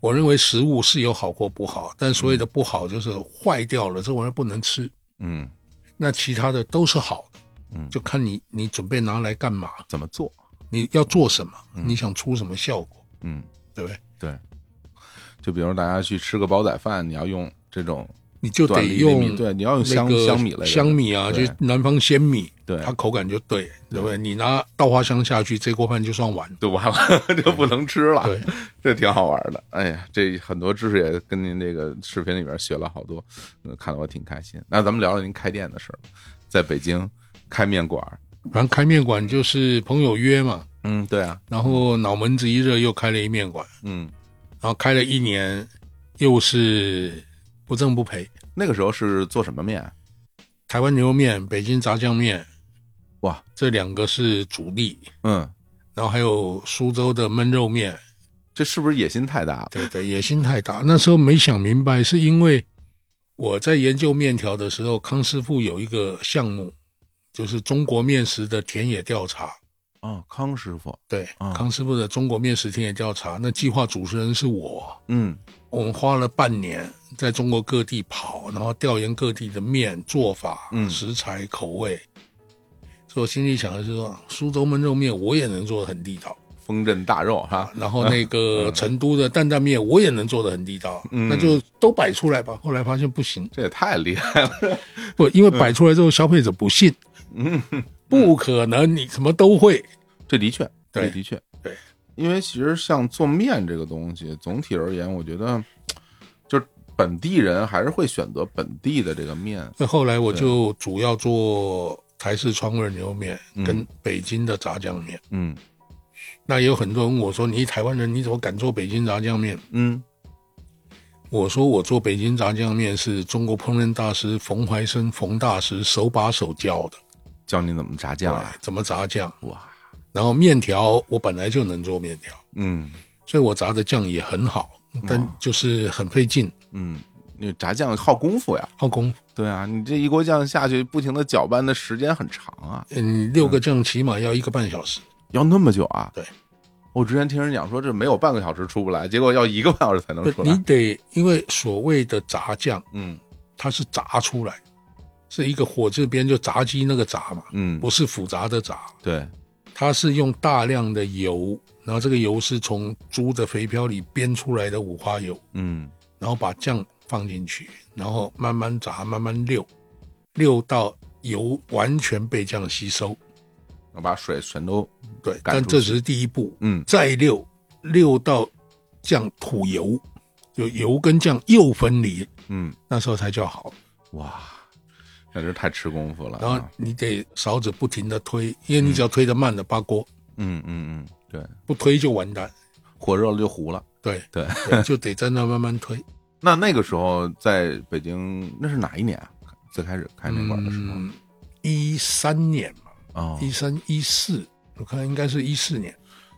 S1: 我认为食物是有好或不好，但所谓的不好就是坏掉了，这玩意儿不能吃。
S2: 嗯，
S1: 那其他的都是好的，
S2: 嗯
S1: 就看你你准备拿来干嘛，
S2: 怎么做？
S1: 你要做什么，你想出什么效果，
S2: 嗯。
S1: 对不对？
S2: 对，就比如大家去吃个煲仔饭，你要用这种
S1: 你就
S2: 短
S1: 得
S2: 粒
S1: 用
S2: 米，对，你要用
S1: 那
S2: 香
S1: 个
S2: 香米类的
S1: 香米啊，就
S2: 对
S1: 南方鲜米，
S2: 对
S1: 它口感就对，对不对？你拿稻花香下去，这锅饭就算完。
S2: 就完了， *laughs* 就不能吃了。
S1: 对，
S2: 这挺好玩的。哎呀，这很多知识也跟您这个视频里边学了好多，嗯，看得我挺开心。那咱们聊聊您开店的事儿吧，在北京开面馆儿。
S1: 反正开面馆就是朋友约嘛，
S2: 嗯，对啊，
S1: 然后脑门子一热又开了一面馆，
S2: 嗯，
S1: 然后开了一年，又是不挣不赔，
S2: 那个时候是做什么面？啊
S1: 台湾牛肉面、北京炸酱面，
S2: 哇，
S1: 这两个是主力，
S2: 嗯，
S1: 然后还有苏州的焖肉面，
S2: 这是不是野心太大了？
S1: 对对，野心太大。那时候没想明白，是因为我在研究面条的时候，康师傅有一个项目，就是中国面食的田野调查。
S2: 哦，康师傅，
S1: 对，
S2: 嗯
S1: 康师傅的中国面食田野调查，那计划主持人是我。
S2: 嗯
S1: 我们花了半年在中国各地跑，然后调研各地的面做法、
S2: 嗯
S1: 食材、口味。所以我心里想的是说，苏州焖肉面我也能做的很地道，
S2: 风镇大肉哈，
S1: 然后那
S2: *laughs*
S1: 个成都的担担面我也能做的很地道，
S2: 嗯
S1: 那就都摆出来吧。后来发现不行，
S2: 这也太厉害了。
S1: 不，因为摆出来之后消费者不信，
S2: 嗯，
S1: 不可能你什么都会。
S2: 这的确，
S1: 对
S2: 这的确，
S1: 对，
S2: 因为其实像做面这个东西，总体而言，我觉得就是本地人还是会选择本地的这个面。
S1: 那后来我就主要做台式川味牛肉面跟北京的炸酱面。
S2: 嗯
S1: 那也有很多人问我说：“你台湾人你怎么敢做北京炸酱面？”
S2: 嗯，
S1: 我说我做北京炸酱面是中国烹饪大师冯怀生冯大师手把手教的，
S2: 教你怎么炸酱啊？
S1: 哎怎么炸酱。
S2: 哇，
S1: 然后面条我本来就能做面条，
S2: 嗯
S1: 所以我炸的酱也很好，但就是很费劲，
S2: 嗯，那炸酱耗功夫呀。
S1: 耗功夫。
S2: 对啊，你这一锅酱下去，不停的搅拌的时间很长啊，
S1: 嗯，六个酱起码要一个半小时。
S2: 要那么久啊？
S1: 对，
S2: 我之前听人讲说这没有半个小时出不来，结果要一个半小时才能嗯出
S1: 不你
S2: 来。
S1: 得因为所谓的炸酱，
S2: 嗯
S1: 它是炸出来，是一个火字边就炸鸡那个炸嘛，
S2: 嗯，
S1: 不是复杂的炸，
S2: 对，
S1: 它是用大量的油，然后这个油是从猪的肥膘里煸出来的五花油。
S2: 嗯
S1: 然后把酱放进去，然后慢慢炸，慢慢溜，溜到油完全被酱吸收。
S2: 要把水全都
S1: 对，
S2: 赶
S1: 但
S2: 出去
S1: 这只是第一步，
S2: 嗯
S1: 再溜溜到酱吐油，就油跟酱又分离，
S2: 嗯。
S1: 那时候才叫好。
S2: 哇，那真是太吃功夫了啊。
S1: 然后你得勺子不停的推，因为你只要推得慢了，八锅
S2: 嗯嗯嗯，对，
S1: 不推就完蛋。
S2: 火热了就糊了。
S1: 对
S2: 对，
S1: 对就得在那慢慢推。
S2: 那那个时候在北京，那是哪一年啊？最开始开面馆的时候
S1: 嗯，一三年嘛，
S2: 哦，
S1: 一三一四，我看应该是一四年。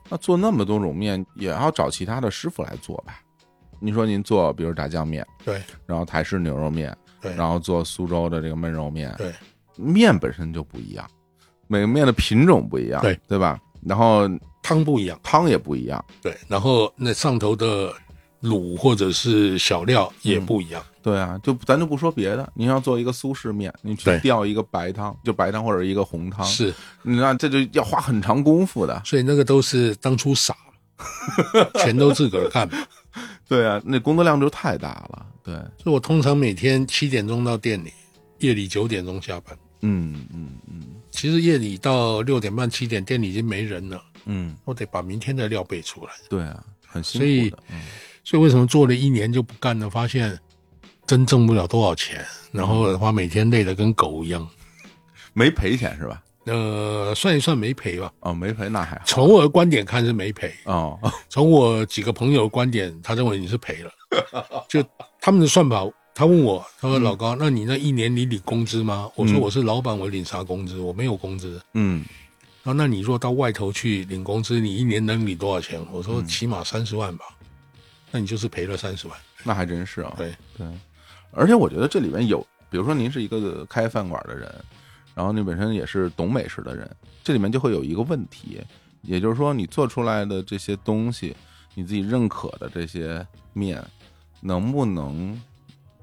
S2: 那做那么多种面，也要找其他的师傅来做吧？您说您做，比如炸酱面，
S1: 对
S2: 然后台式牛肉面，
S1: 对，
S2: 然后做苏州的这个焖肉面，
S1: 对。
S2: 面本身就不一样，每个面的品种不一样，
S1: 对
S2: 对吧？然后
S1: 汤不一样，
S2: 汤也不一样，
S1: 对，然后那上头的卤或者是小料也不一样，
S2: 对啊，就咱就不说别的，你要做一个苏式面，你去
S1: 对
S2: 调一个白汤，就白汤或者一个红汤，
S1: 是，
S2: 那这就要花很长功夫的。
S1: 所以那个都是当初 *laughs* 傻，全都自个儿干。
S2: 对啊，那工作量就太大了。对，
S1: 所以我通常每天七点钟到店里，夜里九点钟下班。
S2: 嗯嗯嗯
S1: 其实夜里到六点半七点，店里已经没人了，
S2: 嗯，
S1: 我得把明天的料备出来。
S2: 对啊，很辛
S1: 所以
S2: 苦的。嗯
S1: 所以为什么做了一年就不干了？发现真挣不了多少钱，然后的话每天累得跟狗一样。
S2: 没赔钱是吧？
S1: 呃，算一算没赔吧，
S2: 哦，没赔那还好。
S1: 从我的观点看是没赔，
S2: 哦，
S1: 从我几个朋友的观点，他认为你是赔了，就他们的算法。他问我，他说：“老高，那你那一年你领工资吗？”我说：“
S2: 嗯
S1: 我是老板，我领啥工资？我没有工资。
S2: 嗯，”
S1: 然后，那你若到外头去领工资，你一年能领多少钱？我说：“起码三十万吧。”那你就是赔了三十万。
S2: 那还真是啊。
S1: 对
S2: 对，而且我觉得这里边有，比如说您是一个开饭馆的人，然后你本身也是懂美食的人，这里面就会有一个问题，也就是说你做出来的这些东西，你自己认可的这些面，能不能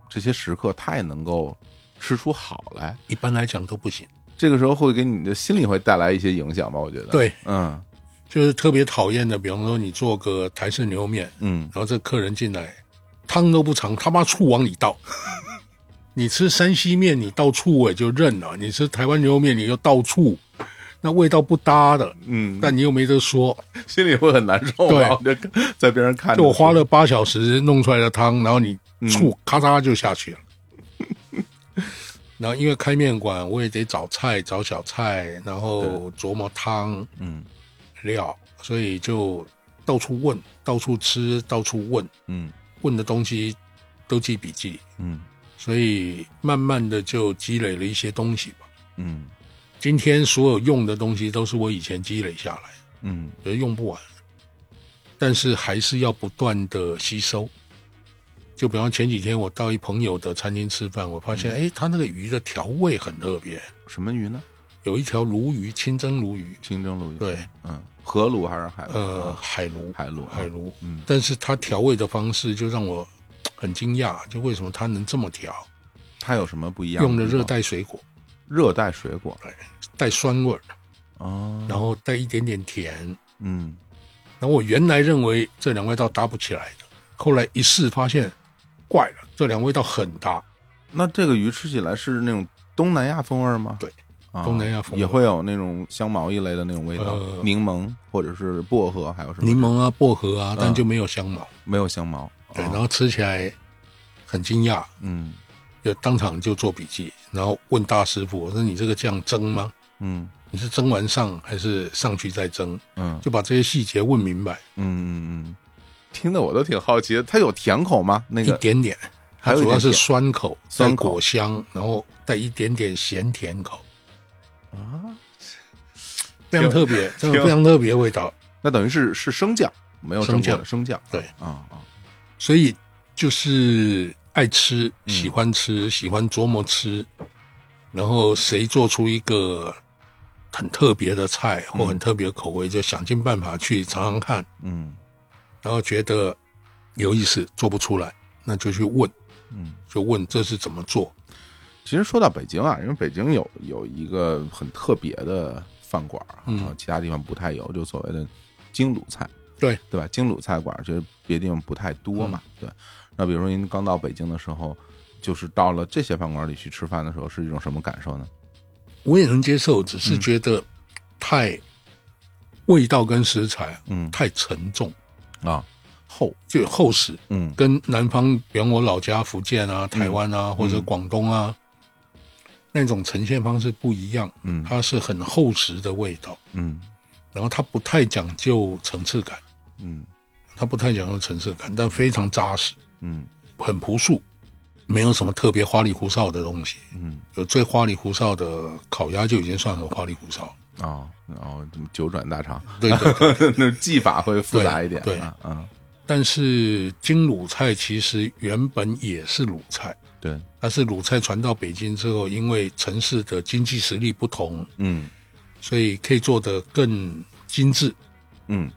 S2: 这些食客太能够吃出好来？
S1: 一般来讲都不行。
S2: 这个时候会给你的心理会带来一些影响吧？我觉得。，
S1: 对，
S2: 嗯
S1: 就是特别讨厌的，比方说你做个台式牛肉面，
S2: 嗯，
S1: 然后这客人进来，汤都不尝，他妈醋往里倒， *laughs* 你吃山西面，你到醋味就认了；你吃台湾牛肉面，你又到醋，那味道不搭的。
S2: 嗯，
S1: 但你又没得说，
S2: 心里会很难受
S1: 对
S2: 啊，我就在边上看着。
S1: 就我花了八小时弄出来的汤，然后你醋咔嚓就下去了。 *laughs* 然后因为开面馆，我也得找菜、找小菜，然后琢磨汤
S2: 嗯
S1: 料，所以就到处问、到处吃、到处问，
S2: 嗯
S1: 问的东西都记笔记，
S2: 嗯
S1: 所以慢慢的就积累了一些东西吧。
S2: 嗯
S1: 今天所有用的东西都是我以前积累下来的，
S2: 嗯
S1: 觉得用不完，但是还是要不断的吸收。就比方前几天我到一朋友的餐厅吃饭，我发现哎、诶他那个鱼的调味很特别，
S2: 什么鱼呢？
S1: 有一条鲈鱼，清蒸鲈鱼，
S2: 清蒸鲈鱼。，
S1: 对，
S2: 嗯，河鲈还是海鲈？
S1: 呃，海鲈，
S2: 海鲈。
S1: 海鲈，
S2: 嗯
S1: 但是它调味的方式就让我很惊讶，就为什么它能这么调？
S2: 它有什么不一样？
S1: 用了热带水果，
S2: 热带水果
S1: 带酸味儿，
S2: 哦，
S1: 然后带一点点甜，
S2: 嗯
S1: 然后我原来认为这两味道搭不起来的，后来一试发现，怪了，这两味道很搭。
S2: 那这个鱼吃起来是那种东南亚风味儿吗？
S1: 对
S2: 啊，
S1: 东南亚风味
S2: 也会有那种香茅一类的那种味道，
S1: 呃
S2: 柠檬或者是薄荷，还有什么？
S1: 柠檬啊、薄荷啊，但
S2: 嗯
S1: 就没有香茅。
S2: 没有香茅。
S1: 对，
S2: 啊
S1: 然后吃起来很惊讶，
S2: 嗯
S1: 就当场就做笔记，然后问大师傅：“我说你这个酱蒸吗？
S2: 嗯
S1: 你是蒸完上还是上去再蒸
S2: 嗯？”
S1: 就把这些细节问明白，
S2: 嗯嗯嗯，听得我都挺好奇的。它有甜口吗？那
S1: 一
S2: 个
S1: 点点。
S2: 还
S1: 它
S2: 有一
S1: 主
S2: 点
S1: 要是
S2: 甜
S1: 酸口，带
S2: 酸口
S1: 果香，然后带一点点咸甜口，
S2: 啊，
S1: 非常特别，真的
S2: 挺
S1: 非常特别的味道。
S2: 那等于是是生酱，没有
S1: 生
S2: 蒸过
S1: 酱
S2: 的生酱。
S1: 对
S2: 啊啊，
S1: 所以就是爱吃，
S2: 嗯
S1: 喜欢吃，喜欢琢磨吃，然后谁做出一个很特别的菜或很特别的口味，就想尽办法去尝尝看，
S2: 嗯
S1: 然后觉得有意思，做不出来，那就去问，
S2: 嗯。
S1: 就问这是怎么做。
S2: 其实说到北京啊，因为北京有有一个很特别的饭馆啊，
S1: 嗯
S2: 其他地方不太有，就所谓的京鲁菜，
S1: 对嗯
S2: 对吧？京鲁菜馆其实别地方不太多嘛，对。那比如说您刚到北京的时候，就是到了这些饭馆里去吃饭的时候，是一种什么感受呢？
S1: 我也能接受，只是觉得太、味道跟食材
S2: 嗯
S1: 太沉重，
S2: 啊，厚，
S1: 就厚实。
S2: 嗯
S1: 跟南方，比方我老家福建啊、台湾啊，或者广东啊，那种呈现方式不一样。
S2: 嗯
S1: 它是很厚实的味道，
S2: 嗯
S1: 然后它不太讲究层次感，
S2: 嗯
S1: 它不太讲究层次感，但非常扎实，
S2: 嗯
S1: 很朴素，没有什么特别花里胡哨的东西。
S2: 嗯
S1: 有最花里胡哨的烤鸭就已经算很花里胡哨了。
S2: 啊，然后这么九转大肠， *laughs*
S1: 对对对
S2: 那技法会复杂一点啊，
S1: 对
S2: 啊，
S1: 但是京鲁菜其实原本也是鲁菜，
S2: 对，
S1: 但是鲁菜传到北京之后，因为城市的经济实力不同，
S2: 嗯
S1: 所以可以做得更精致，
S2: 嗯。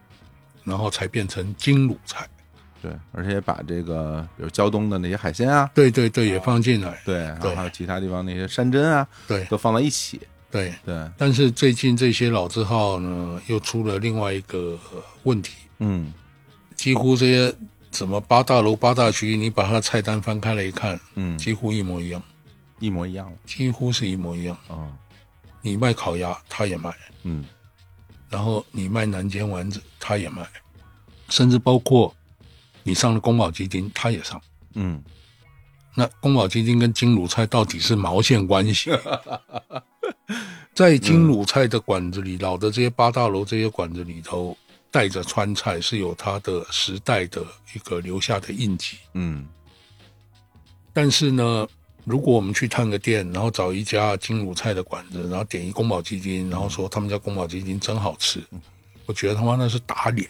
S1: 然后才变成京鲁菜。
S2: 对，而且也把这个，比如胶东的那些海鲜啊，
S1: 对对对，也放进来。
S2: 对，然后
S1: 对
S2: 还有其他地方那些山珍啊，
S1: 对
S2: 都放在一起。
S1: 对，
S2: 对，
S1: 但是最近这些老字号呢，又出了另外一个呃问题，
S2: 嗯
S1: 几乎这些什么八大楼、八大区，你把它的菜单翻开来一看，
S2: 嗯，
S1: 几乎一模一样，
S2: 一模一样了
S1: 几乎是一模一样。
S2: 啊，
S1: 你卖烤鸭，他也卖；
S2: 嗯
S1: 然后你卖南煎丸子，他也卖，甚至包括你上了宫保鸡丁，他也上。
S2: 嗯，
S1: 那宫保鸡丁跟金卤菜到底是毛线关系？ *laughs* 在金卤菜的馆子里，老的这些八大楼这些馆子里头，带着川菜是有它的时代的一个留下的印记。
S2: 嗯
S1: 但是呢，如果我们去探个店，然后找一家金卤菜的馆子，然后点一宫保鸡丁，然后说他们家宫保鸡丁真好吃，我觉得他妈那是打脸。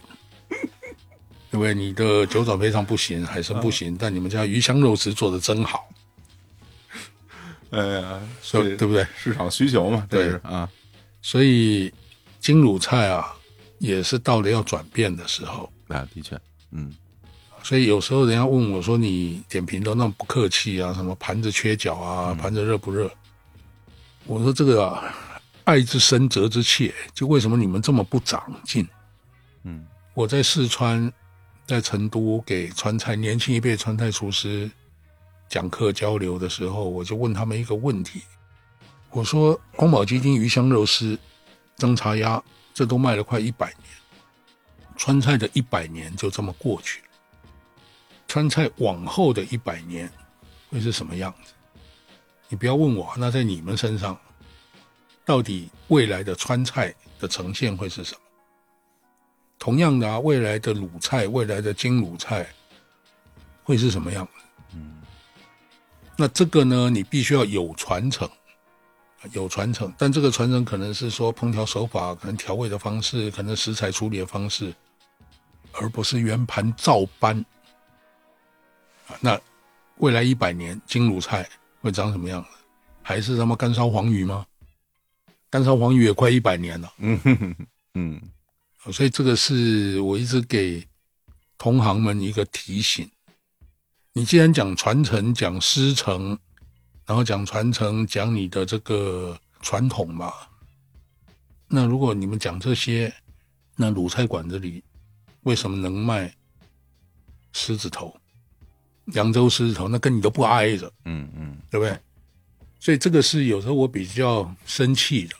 S1: *laughs* 因为你的九转非常不行，海参不行，但你们家鱼香肉丝做的真好，
S2: 哎呀，
S1: 所以对不对？
S2: 市场需求嘛，这
S1: 对
S2: 是啊，
S1: 所以金卤菜啊，也是到了要转变的时候。
S2: 那的确，嗯
S1: 所以有时候人家问我说：“你点评都那么不客气啊，什么盘子缺角啊，盘子热不热？”我说：“这个啊，爱之深，责之切。就为什么你们这么不长进？
S2: 嗯
S1: 我在四川，在成都给川菜年轻一辈川菜厨师讲课交流的时候，我就问他们一个问题，我说宫保鸡丁、鱼香肉丝、蒸茶鸭，这都卖了快一百年，川菜的一百年就这么过去了，川菜往后的一百年会是什么样子？你不要问我，那在你们身上，到底未来的川菜的呈现会是什么？同样的啊，未来的鲁菜、未来的京鲁菜会是什么样子？嗯，那这个呢，你必须要有传承，有传承，但这个传承可能是说烹调手法，可能调味的方式，可能食材处理的方式，而不是圆盘照搬。啊，那未来一百年京鲁菜会长什么样子？还是他妈干烧黄鱼吗？干烧黄鱼也快一百年了。
S2: 嗯哼哼嗯
S1: 哦所以这个是我一直给同行们一个提醒：你既然讲传承、讲师承，然后讲传承、讲你的这个传统嘛，那如果你们讲这些，那鲁菜馆这里为什么能卖狮子头、扬州狮子头？那跟你都不挨着。
S2: 嗯嗯
S1: 对不对？所以这个是有时候我比较生气的，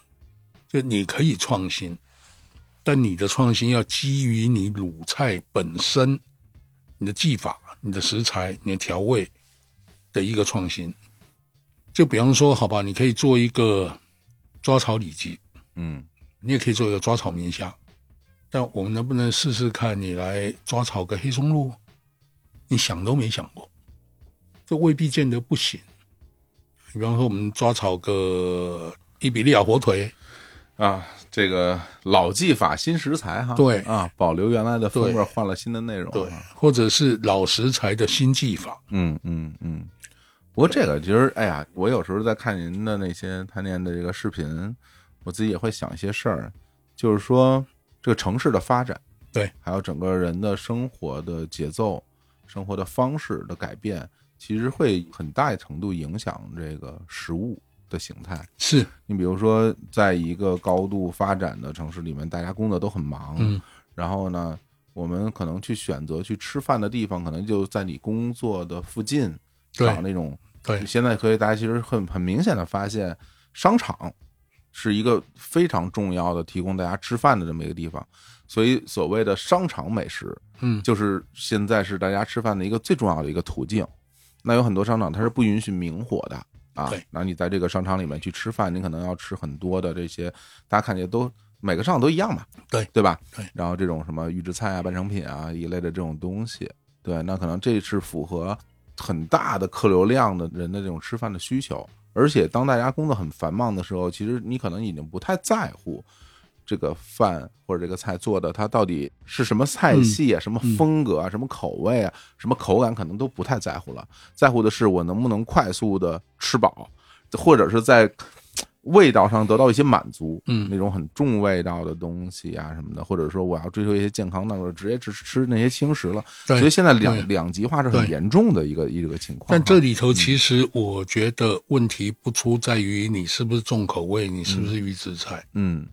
S1: 就你可以创新，但你的创新要基于你鲁菜本身、你的技法、你的食材、你的调味的一个创新。就比方说，好吧，你可以做一个抓炒里脊，
S2: 嗯
S1: 你也可以做一个抓炒明虾，但我们能不能试试看？你来抓炒个黑松露，你想都没想过，这未必见得不行。比方说，我们抓炒个伊比利亚火腿，
S2: 啊，这个老技法新食材哈，
S1: 对
S2: 啊，保留原来的风味，
S1: 对
S2: 换了新的内容，
S1: 对，或者是老食材的新技法，
S2: 嗯嗯嗯。不过这个其实，哎呀，我有时候在看您的那些探店的这个视频，我自己也会想一些事儿，就是说这个城市的发展，
S1: 对，
S2: 还有整个人的生活的节奏、生活的方式的改变，其实会很大程度影响这个食物的形态。
S1: 是
S2: 你比如说，在一个高度发展的城市里面，大家工作都很忙，
S1: 嗯
S2: 然后呢，我们可能去选择去吃饭的地方，可能就在你工作的附近
S1: 对
S2: 找那种。
S1: 对
S2: 现在可以，大家其实很很明显的发现，商场是一个非常重要的提供大家吃饭的这么一个地方，所以所谓的商场美食，
S1: 嗯
S2: 就是现在是大家吃饭的一个最重要的一个途径。那有很多商场它是不允许明火的啊
S1: 对，
S2: 那你在这个商场里面去吃饭，你可能要吃很多的这些，大家看见都每个商场都一样嘛，
S1: 对
S2: 对吧？
S1: 对
S2: 然后这种什么预制菜啊、半成品啊一类的这种东西，对，那可能这是符合很大的客流量的人的这种吃饭的需求。而且当大家工作很繁忙的时候，其实你可能已经不太在乎这个饭或者这个菜做的它到底是什么菜系啊、什么风格啊、什么口味啊、什么口感，可能都不太在乎了。在乎的是我能不能快速的吃饱，或者是在味道上得到一些满足。
S1: 嗯
S2: 那种很重味道的东西啊什么的，或者说我要追求一些健康，那我就直接只吃那些轻食了。
S1: 对
S2: 所以现在两
S1: 对
S2: 两极化是很
S1: 对
S2: 严重的一个一个情况。啊
S1: 但这里
S2: 嗯
S1: 头其实我觉得问题不出在于你是不是重口味，你是不是预制菜。
S2: 嗯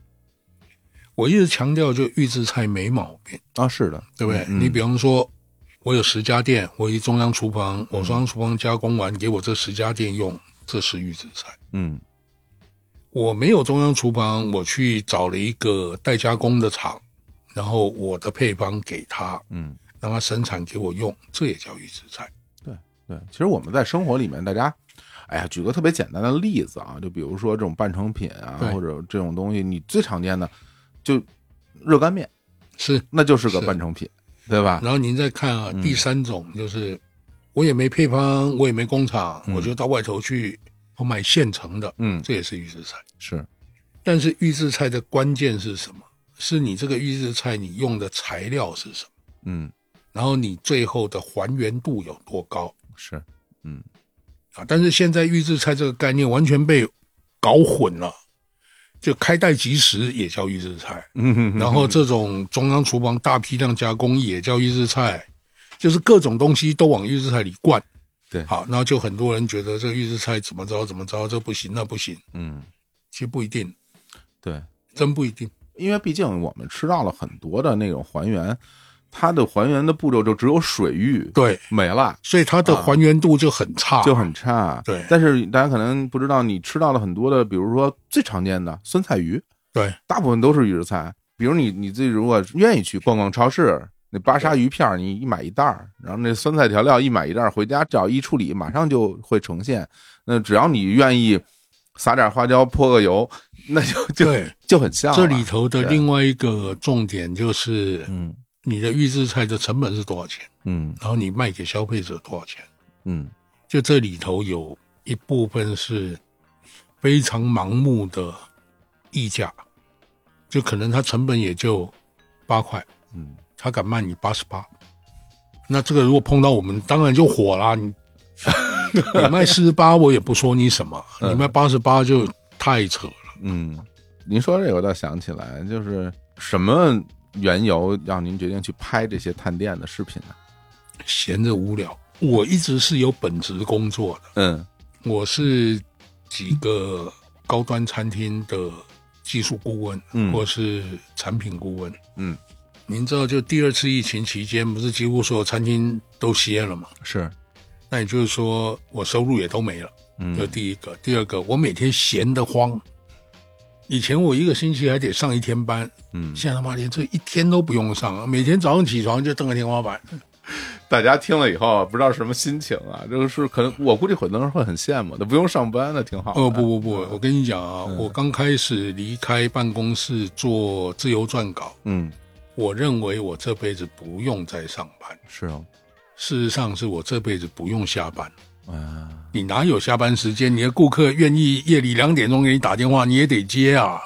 S1: 我一直强调，就预制菜没毛病。
S2: 啊是的，
S1: 对不对？
S2: 嗯
S1: 你比方说，我有十家店，我一中央厨
S2: 嗯
S1: 房，我中央厨房加工完，给我这十家店用，这是预制菜。
S2: 嗯
S1: 我没有中央厨房，我去找了一个代加工的厂，然后我的配方给他，
S2: 嗯，
S1: 让他生产给我用，这也叫预制菜。
S2: 对。其实我们在生活里面，大家，哎呀，举个特别简单的例子啊，就比如说这种半成品啊，
S1: 对
S2: 或者这种东西，你最常见的就热干面，
S1: 是，
S2: 那就是嗯个
S1: 是
S2: 半成品，对吧？
S1: 然后您再看啊，第三种就是，我也没配方，我也没工厂，我就到外头去，我买现成的，
S2: 嗯
S1: 这也是预制菜。
S2: 是，
S1: 但是预制菜的关键是什么？是你这个预制菜你用的材料是什么，
S2: 嗯
S1: 然后你最后的还原度有多高
S2: 是，嗯
S1: 啊？但是现在预制菜这个概念完全被搞混了，就开袋即食也叫预制菜，
S2: 嗯哼哼
S1: 然后这种中央厨房大批量加工也叫预制菜，就是各种东西都往预制菜里灌。
S2: 对
S1: 好，然后就很多人觉得这个预制菜怎么着怎么着，这不行那不行，
S2: 嗯
S1: 其实不一定，
S2: 对。
S1: 真不一定。
S2: 因为毕竟我们吃到了很多的那种还原它的还原的步骤就只有水域
S1: 对，
S2: 没了，
S1: 所以它的还原度就很差，
S2: 啊就很差。
S1: 对
S2: 但是大家可能不知道，你吃到了很多的，比如说最常见的酸菜鱼，
S1: 对，
S2: 大部分都是预制菜。比如你你自己如果愿意去逛逛超市，那巴沙鱼片儿你一买一袋儿，然后那酸菜调料一买一袋儿，回家只要一处理，马上就会呈现。那只要你愿意撒点花椒泼个油，那就就
S1: 对。
S2: 就很像了。
S1: 这里头的
S2: 对
S1: 另外一个重点就是，
S2: 嗯
S1: 你的预制菜的成本是多少钱，
S2: 嗯
S1: 然后你卖给消费者多少钱。
S2: 嗯
S1: 就这里头有一部分是非常盲目的溢价，就可能它成本也就八块，
S2: 嗯，
S1: 他敢卖你八十八，那这个如果碰到我们，当然就火啦。
S2: *laughs*
S1: 你你卖四十八，我也不说你什么；你卖八十八就太扯了。
S2: 嗯，您说这个我倒想起来，就是什么缘由让您决定去拍这些探店的视频呢？
S1: 闲着无聊，我一直是有本职工作的，
S2: 嗯
S1: 我是几个高端餐厅的技术顾问，
S2: 嗯
S1: 或是产品顾问。
S2: 嗯，
S1: 您知道，就第二次疫情期间，不是几乎所有餐厅都歇了嘛？
S2: 是，
S1: 那也就是说，我收入也都没了。
S2: 嗯
S1: 这第一个，第二个，我每天闲得慌。以前我一个星期还得上一天班，
S2: 嗯，
S1: 现在他妈连这一天都不用上，啊每天早上起床就瞪个天花板。
S2: 大家听了以后不知道什么心情啊，就是可能我估计很多人会很羡慕，那不用上班那挺好的。嗯
S1: 哦，不不不，我跟你讲啊，我刚开始离开办公室做自由撰稿，
S2: 嗯，
S1: 我认为我这辈子不用再上班。
S2: 是哦，
S1: 事实上，是我这辈子不用下班。
S2: 啊，
S1: 你哪有下班时间？你的顾客愿意夜里两点钟给你打电话，你也得接啊。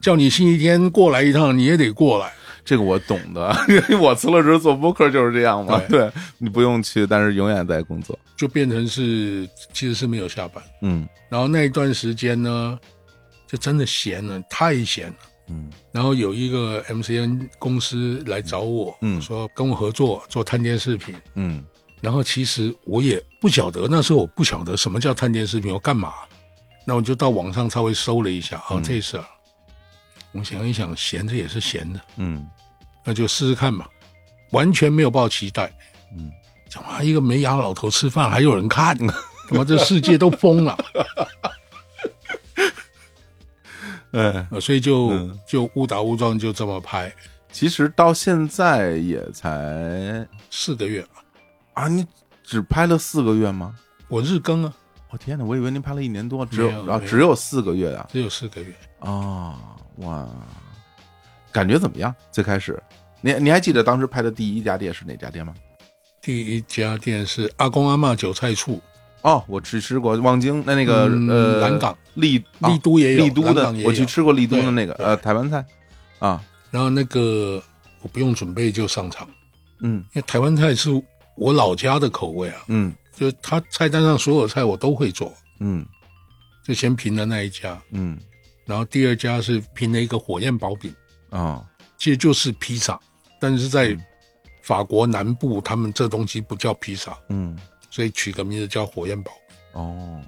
S1: 叫你星期天过来一趟，你也得过来。
S2: 这个我懂的， *laughs* 因为我辞了职做播客就是这样嘛。
S1: 对
S2: 对你不用去，但是永远在工作。
S1: 就变成是其实是没有下班。
S2: 嗯
S1: 然后那一段时间呢，就真的闲了，太闲了。
S2: 嗯
S1: 然后有一个 MCN 公司来找我，
S2: 嗯
S1: 说跟我合作做探店视频。
S2: 嗯
S1: 然后其实我也不晓得，那时候我不晓得什么叫探店视频，我干嘛？那我就到网上稍微搜了一下，
S2: 嗯
S1: 啊，这事儿，我想一想，闲着也是闲着，
S2: 嗯
S1: 那就试试看吧。完全没有抱期待，
S2: 嗯，
S1: 他妈一个没牙老头吃饭还有人看，他妈这世界都疯了，
S2: 嗯，
S1: 呃所以就、
S2: 嗯
S1: 就误打误撞就这么拍
S2: 其实到现在也才
S1: 四个月，
S2: 啊，你只拍了四个月吗？
S1: 我日更啊，
S2: 我、哦天哪，我以为您拍了一年多，只
S1: 没有
S2: 有啊
S1: 没有
S2: 只有四个月啊
S1: 只有四个月，
S2: 啊、哇，感觉怎么样？最开始，你你还记得当时拍的第一家店是哪家店吗？
S1: 第一家店是阿公阿嬷韭菜处，
S2: 哦，我只吃过望京那那个、
S1: 嗯
S2: 呃
S1: 蓝港
S2: 丽啊
S1: 丽都也有
S2: 丽都
S1: 蓝
S2: 的
S1: 港也，有
S2: 我去吃过丽都的那个
S1: 对
S2: 呃台湾菜啊，
S1: 然后那个我不用准备就上场，
S2: 嗯
S1: 因为台湾菜是我老家的口味啊，
S2: 嗯
S1: 就是他菜单上所有菜我都会做，
S2: 嗯
S1: 就先评了那一家，
S2: 嗯
S1: 然后第二家是评了一个火焰薄饼，
S2: 啊
S1: 其实就是披萨，但是在法国南部他们这东西不叫披萨，
S2: 嗯
S1: 所以取个名字叫火焰薄饼。
S2: 哦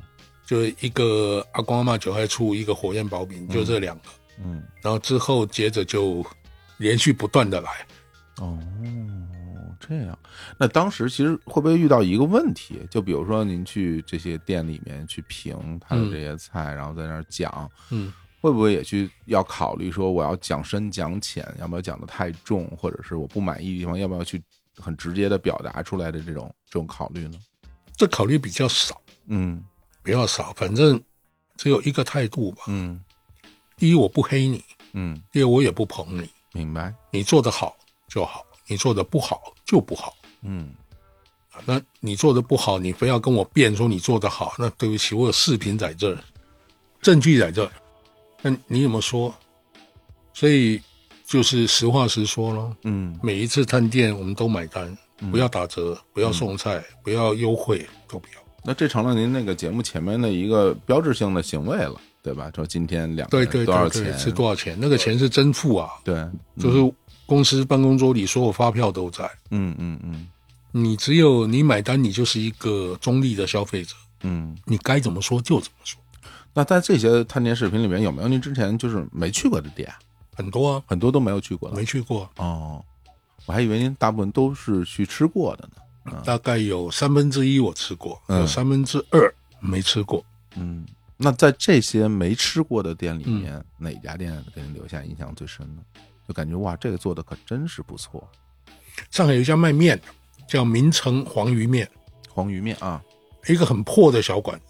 S1: 就是一个阿公阿嬷韭菜醋，一个火焰薄饼，就这两个。
S2: 嗯
S1: 然后之后接着就连续不断的来，
S2: 哦，这样，那当时其实会不会遇到一个问题？就比如说您去这些店里面去评他的这些菜，然后在那儿讲，
S1: 嗯，
S2: 会不会也去要考虑说我要讲深讲浅，要不要讲的太重，或者是我不满意的地方，要不要去很直接的表达出来的这种这种考虑呢？
S1: 这考虑比较少，
S2: 嗯
S1: 比较少，反正只有一个态度吧。
S2: 嗯
S1: 第一，我不黑你；
S2: 嗯，
S1: 第二，我也不捧你。
S2: 明白，
S1: 你做得好就好，你做得不好就不好。
S2: 嗯
S1: 啊那你做的不好，你非要跟我辩说你做得好，那对不起，我有视频在这儿，证据在这儿，那你有没有说？所以就是实话实说喽。
S2: 嗯
S1: 每一次探店我们都买单，不要打折，不要送菜，
S2: 嗯
S1: 不要优惠，都不要。
S2: 那这成了您那个节目前面的一个标志性的行为了，对吧？说今天两个
S1: 对
S2: 人
S1: 对
S2: 多少
S1: 对
S2: 钱嗯
S1: 对，？是多少钱？那个钱是真付啊，
S2: 对，
S1: 就是公司办公桌里所有发票都在。
S2: 嗯嗯嗯
S1: 你只有你买单，你就是一个中立的消费者，
S2: 嗯。
S1: 你该怎么说就怎么说。
S2: 那在这些探店视频里面，有没有您之前就是没去过的店？
S1: 很多啊，
S2: 嗯很多都没有去过的
S1: 没去过，
S2: 哦。我还以为您大部分都是去吃过的呢。
S1: 大概有三分之一我吃过，
S2: 嗯
S1: 有三分之二没吃过。
S2: 嗯，那在这些没吃过的店里面，
S1: 嗯
S2: 哪家店给您留下印象最深呢？就感觉哇，这个做的可真是不错，
S1: 上海有一家卖面的，叫明城黄鱼面，
S2: 黄鱼面啊，
S1: 一个很破的小馆子，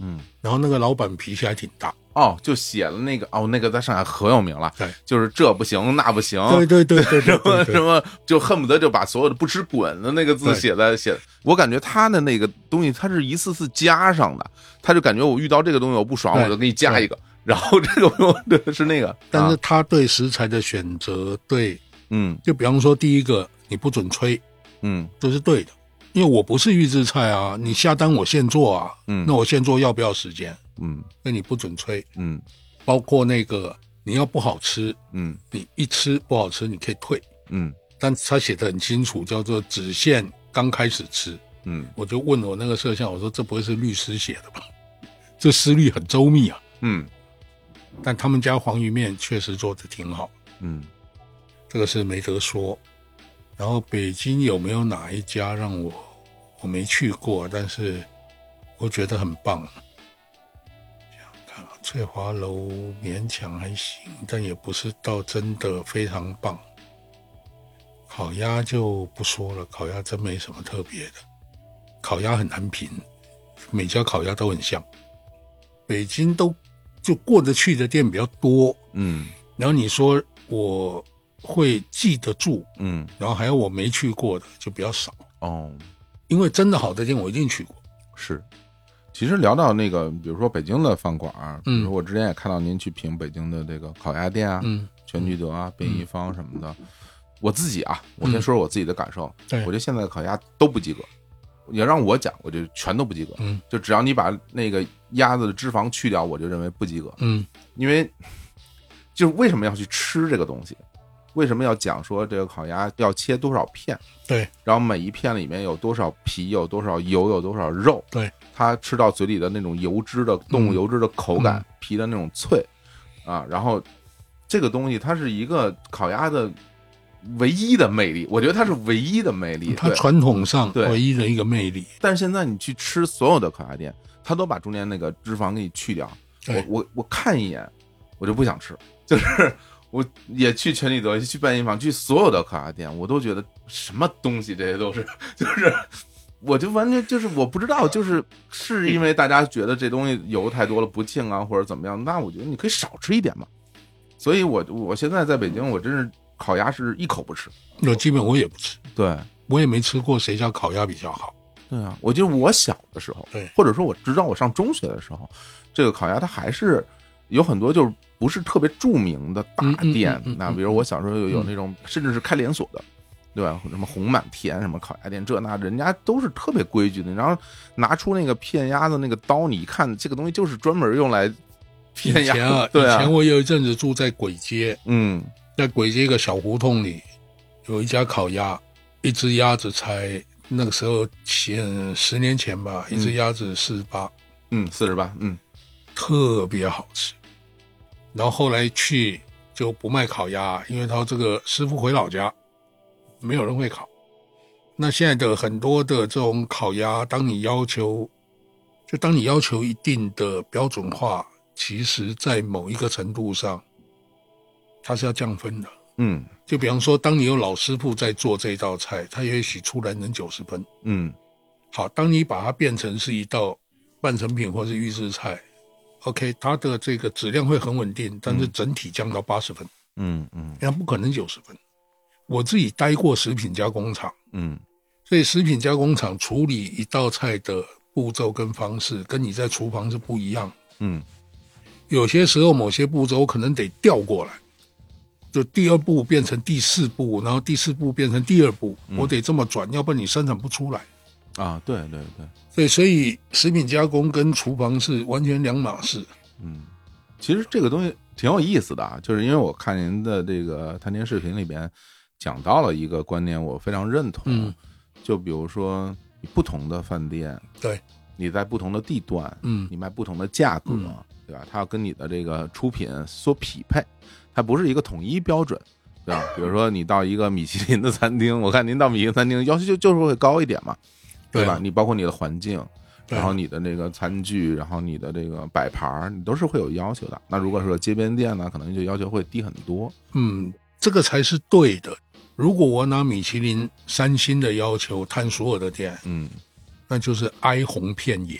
S2: 嗯，
S1: 然后那个老板脾气还挺大。
S2: 哦，就写了那个哦，那个在上海可有名了，
S1: 对
S2: 就是这不行那不行，
S1: 对对对对对
S2: 什么 *laughs*
S1: 对
S2: 什
S1: 对，
S2: 么，就恨不得就把所有的“不吃滚”的那个字
S1: 对
S2: 写在写。我感觉他的那个东西，他是一次次加上的，他就感觉我遇到这个东西我不爽，
S1: 对
S2: 我就给你加一个，然后 *laughs* 这个我对是那个，
S1: 但是
S2: 啊
S1: 他对食材的选择，对，
S2: 嗯
S1: 就比方说第一个你不准吹，
S2: 嗯
S1: 这是对的，因为我不是预制菜啊，你下单我现做啊，
S2: 嗯
S1: 那我现做要不要时间？
S2: 嗯
S1: 那你不准吹，
S2: 嗯
S1: 包括那个你要不好吃，
S2: 嗯
S1: 你一吃不好吃你可以退，
S2: 嗯
S1: 但他写的很清楚，叫做只限刚开始吃。
S2: 嗯
S1: 我就问我那个摄像，我说这不会是律师写的吧？这思虑很周密啊。
S2: 嗯
S1: 但他们家黄鱼面确实做的挺好，
S2: 嗯，
S1: 这个是没得说。然后北京有没有哪一家让我我没去过，但是我觉得很棒？想想看啊，翠华楼勉强还行，但也不是到真的非常棒。烤鸭就不说了，烤鸭真没什么特别的，烤鸭很难评，每家烤鸭都很像。北京都就过得去的店比较多，
S2: 嗯
S1: 然后你说我会记得住，
S2: 嗯
S1: 然后还有我没去过的就比较少，
S2: 哦，
S1: 因为真的好的店我一定去过。
S2: 是。其实聊到那个，比如说北京的饭馆儿，比
S1: 嗯
S2: 如说我之前也看到您去评北京的这个烤鸭店啊，
S1: 嗯，嗯
S2: 全聚德啊、便宜坊什么的。我自己啊，我先说说我自己的感受，
S1: 对
S2: 我觉得现在的烤鸭都不及格。你要让我讲，我就全都不及格。
S1: 嗯，
S2: 就只要你把那个鸭子的脂肪去掉，我就认为不及格。
S1: 嗯
S2: 因为就是为什么要去吃这个东西？为什么要讲说这个烤鸭要切多少片？
S1: 对，
S2: 然后每一片里面有多少皮，有多少油，有多少肉？
S1: 对，
S2: 它吃到嘴里的那种油脂的动物
S1: 嗯
S2: 油脂的口感，皮的那种脆啊，然后这个东西它是一个烤鸭的唯一的魅力，我觉得它是唯一的魅力。
S1: 嗯它
S2: 对，
S1: 传统上
S2: 对
S1: 唯一的一个魅力。
S2: 但是现在你去吃所有的烤鸭店，它都把中间那个脂肪给你去掉。我
S1: 对
S2: 我我看一眼，我就不想吃，就是我也去全聚德，去半斤坊，去所有的烤鸭店，我都觉得什么东西这些都是， *laughs* 就是我就完全就是我不知道，就是是因为大家觉得这东西油太多了不敬啊，或者怎么样？那我觉得你可以少吃一点嘛。所以我我现在在北京，我真是烤鸭是一口不吃。
S1: 那基本我也不吃，
S2: 对，
S1: 我也没吃过谁家烤鸭比较
S2: *laughs*
S1: 好。
S2: 对啊，我记得我小的时候，
S1: 对
S2: 或者说我直到我上中学的时候，这个烤鸭它还是有很多就是不是特别著名的大店。
S1: 嗯嗯嗯嗯嗯
S2: 那比如我小时候有有那种、甚至是开连锁的，对吧？什么红满田什么烤鸭店，这那人家都是特别规矩的。然后拿出那个片鸭的那个刀，你一看这个东西就是专门用来
S1: 以
S2: 片鸭 *laughs*
S1: 前啊
S2: 的，，
S1: 以
S2: 对啊
S1: 前，我有一阵子住在簋街，
S2: 嗯
S1: 在簋街一个小胡同里，有一家烤鸭，一只鸭子才那个时候前十年前吧，一只鸭子四十八，
S2: 嗯，四十八，嗯
S1: 特别好吃。然后后来去就不卖烤鸭，因为他这个师傅回老家，没有人会烤。那现在的很多的这种烤鸭，当你要求，就当你要求一定的标准化，其实在某一个程度上，它是要降分的。
S2: 嗯
S1: 就比方说，当你有老师傅在做这道菜，他也许出来能九十分。
S2: 嗯
S1: 好，当你把它变成是一道半成品或是预制菜，OK，它的这个质量会很稳定，但是整体降到八十分，
S2: 嗯嗯
S1: 人家不可能九十分。我自己待过食品加工厂，
S2: 嗯
S1: 所以食品加工厂处理一道菜的步骤跟方式，跟你在厨房是不一样的。
S2: 嗯
S1: 有些时候某些步骤我可能得调过来，就第二步变成第四步，然后第四步变成第二步，我得这么转，要不然你生产不出来。
S2: 啊，对对对。
S1: 对，所以食品加工跟厨房是完全两码事。
S2: 其实这个东西挺有意思的啊，就是因为我看您的这个探店视频里边讲到了一个观念，我非常认同。
S1: 嗯，
S2: 就比如说你不同的饭店，
S1: 对，
S2: 你在不同的地段，
S1: 嗯
S2: 你卖不同的价格，
S1: 嗯
S2: 对吧？它要跟你的这个出品所匹配，它不是一个统一标准。
S1: *laughs*
S2: 对吧？比如说你到一个米其林的餐厅，我看您到米其林餐厅要求就就是会高一点嘛，对吧？
S1: 对
S2: 你包括你的环境，
S1: 对
S2: 然后你的那个餐具，然后你的这个摆盘儿，你都是会有要求的。那如果说街边店呢，可能就要求会低很多。
S1: 嗯，这个才是对的。如果我拿米其林三星的要求探所有的店，
S2: 嗯，
S1: 那就是哀鸿遍野。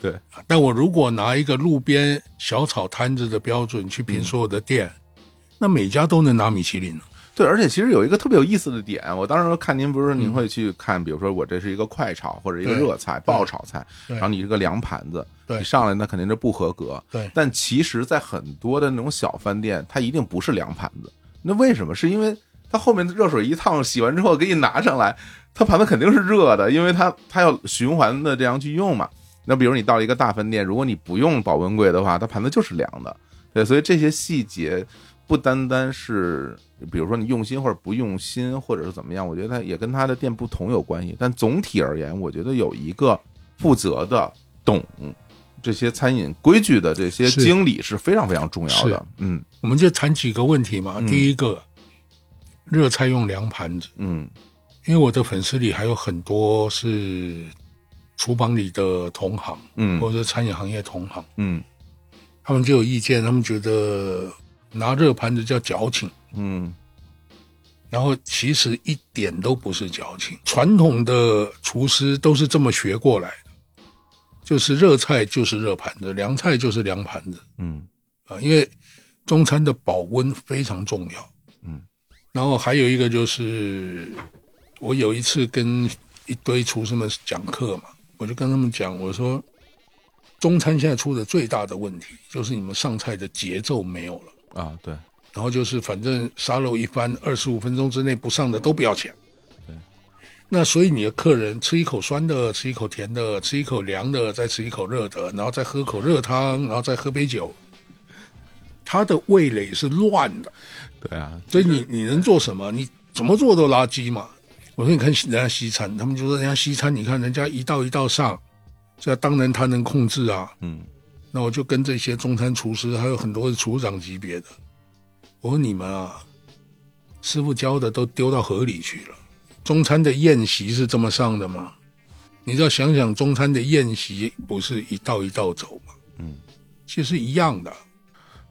S2: 对，
S1: *laughs* 但我如果拿一个路边小炒摊子的标准去
S2: 嗯
S1: 评所有的店，那每家都能拿米其林。
S2: 对，而且其实有一个特别有意思的点，我当时看您不是您会去看，比如说我这是一个快炒或者一个
S1: 嗯对
S2: 热菜、爆炒菜，
S1: 对
S2: 然后你是个凉盘子，
S1: 对
S2: 你上来那肯定是不合格。
S1: 对
S2: 但其实，在很多的那种小饭店，它一定不是凉盘子。那为什么？是因为它后面热水一烫，洗完之后给你拿上来，它盘子肯定是热的，因为它它要循环的这样去用嘛。那比如你到了一个大饭店，如果你不用保温柜的话，它盘子就是凉的。对，所以这些细节不单单是，比如说你用心或者不用心，或者是怎么样，我觉得它也跟它的店不同有关系。但总体而言，我觉得有一个负责的、懂这些餐饮规矩的这些
S1: 是
S2: 经理是非常非常重要
S1: 是
S2: 的。嗯
S1: 我们就谈几个问题嘛。第一个，热菜用凉盘子，
S2: 嗯
S1: 因为我的粉丝里还有很多是厨房里的同行，
S2: 嗯
S1: 或者是餐饮行业同行，
S2: 嗯
S1: 他们就有意见，他们觉得拿热盘子叫矫情。
S2: 嗯
S1: 然后其实一点都不是矫情，传统的厨师都是这么学过来的，就是热菜就是热盘子，凉菜就是凉盘子
S2: 嗯
S1: 啊，因为中餐的保温非常重要。
S2: 嗯，
S1: 然后还有一个就是，我有一次跟一堆厨师们讲课嘛，我就跟他们讲，我说中餐现在出的最大的问题就是你们上菜的节奏没有了。
S2: 啊，对，
S1: 然后就是反正沙漏一翻，二十五分钟之内不上的都不要钱。
S2: 对，
S1: 那所以你的客人吃一口酸的，吃一口甜的，吃一口凉的，再吃一口热的，然后再喝口热汤，然后再喝杯酒，他的味蕾是乱的，
S2: 对啊，
S1: 所以你你能做什么？你怎么做都垃圾嘛。我说你看人家西餐，他们就说人家西餐，你看人家一道一道上，这当然他能控制啊。
S2: 嗯
S1: 那我就跟这些中餐厨师，还有很多是厨长级别的，我说你们啊，师傅教的都丢到河里去了。中餐的宴席是这么上的吗？你要想想，中餐的宴席不是一道一道走吗？
S2: 嗯，
S1: 其实一样的。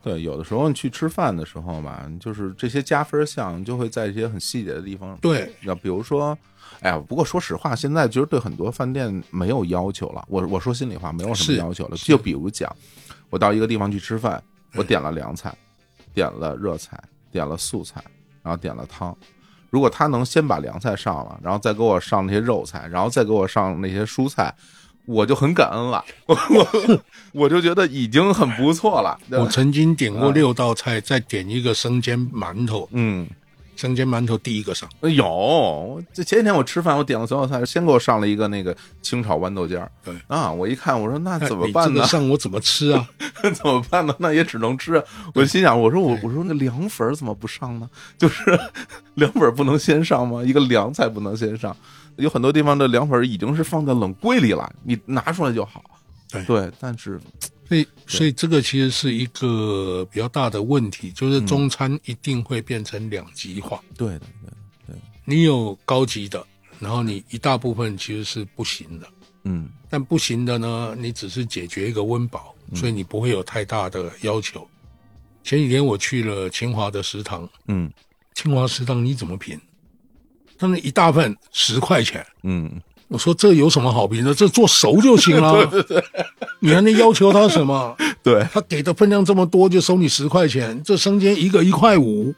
S2: 对，有的时候你去吃饭的时候嘛，就是这些加分项就会在一些很细节的地方
S1: 对，
S2: 那比如说，哎呀，不过说实话，现在其实对很多饭店没有要求了。我我说心里话，没有什么
S1: 是
S2: 要求了。就比如讲，我到一个地方去吃饭，我点了凉菜，点了热菜，点了素菜，然后点了汤。如果他能先把凉菜上了，然后再给我上那些肉菜，然后再给我上那些蔬菜，我就很感恩了。 *laughs* 我我我就觉得已经很不错了。对吧
S1: 我曾经点过
S2: 啊
S1: 六道菜，再点一个生煎馒头，
S2: 嗯，
S1: 生煎馒头第一个上。
S2: 呃有，我这前几天我吃饭，我点了所有菜，先给我上了一个那个清炒豌豆尖儿。
S1: 对
S2: 啊，我一看，我说那
S1: 那
S2: 怎么办
S1: 哎你这
S2: 呢
S1: 个？上我怎么吃啊？
S2: *laughs* 怎么办呢？那也只能吃。我心想，我说我我说那凉粉儿怎么不上呢？就是 *laughs* 凉粉儿不能先上吗？一个凉菜不能先上？有很多地方的凉粉儿已经是放在冷柜里了，你拿出来就好。
S1: 对
S2: 但是
S1: 所以，所以这个其实是一个比较大的问题，就是中餐一定会变成两极化。
S2: 对的，对的
S1: 你有高级的，然后你一大部分其实是不行的，
S2: 嗯
S1: 但不行的呢，你只是解决一个温饱，
S2: 嗯
S1: 所以你不会有太大的要求。前几天我去了清华的食堂，
S2: 嗯
S1: 清华食堂你怎么评？他们一大份十块钱，
S2: 嗯，
S1: 我说这有什么好评的？这做熟就行了。你还能要求他什么？
S2: 对
S1: 他给的分量这么多，就收你十块钱，这生煎一个一块五，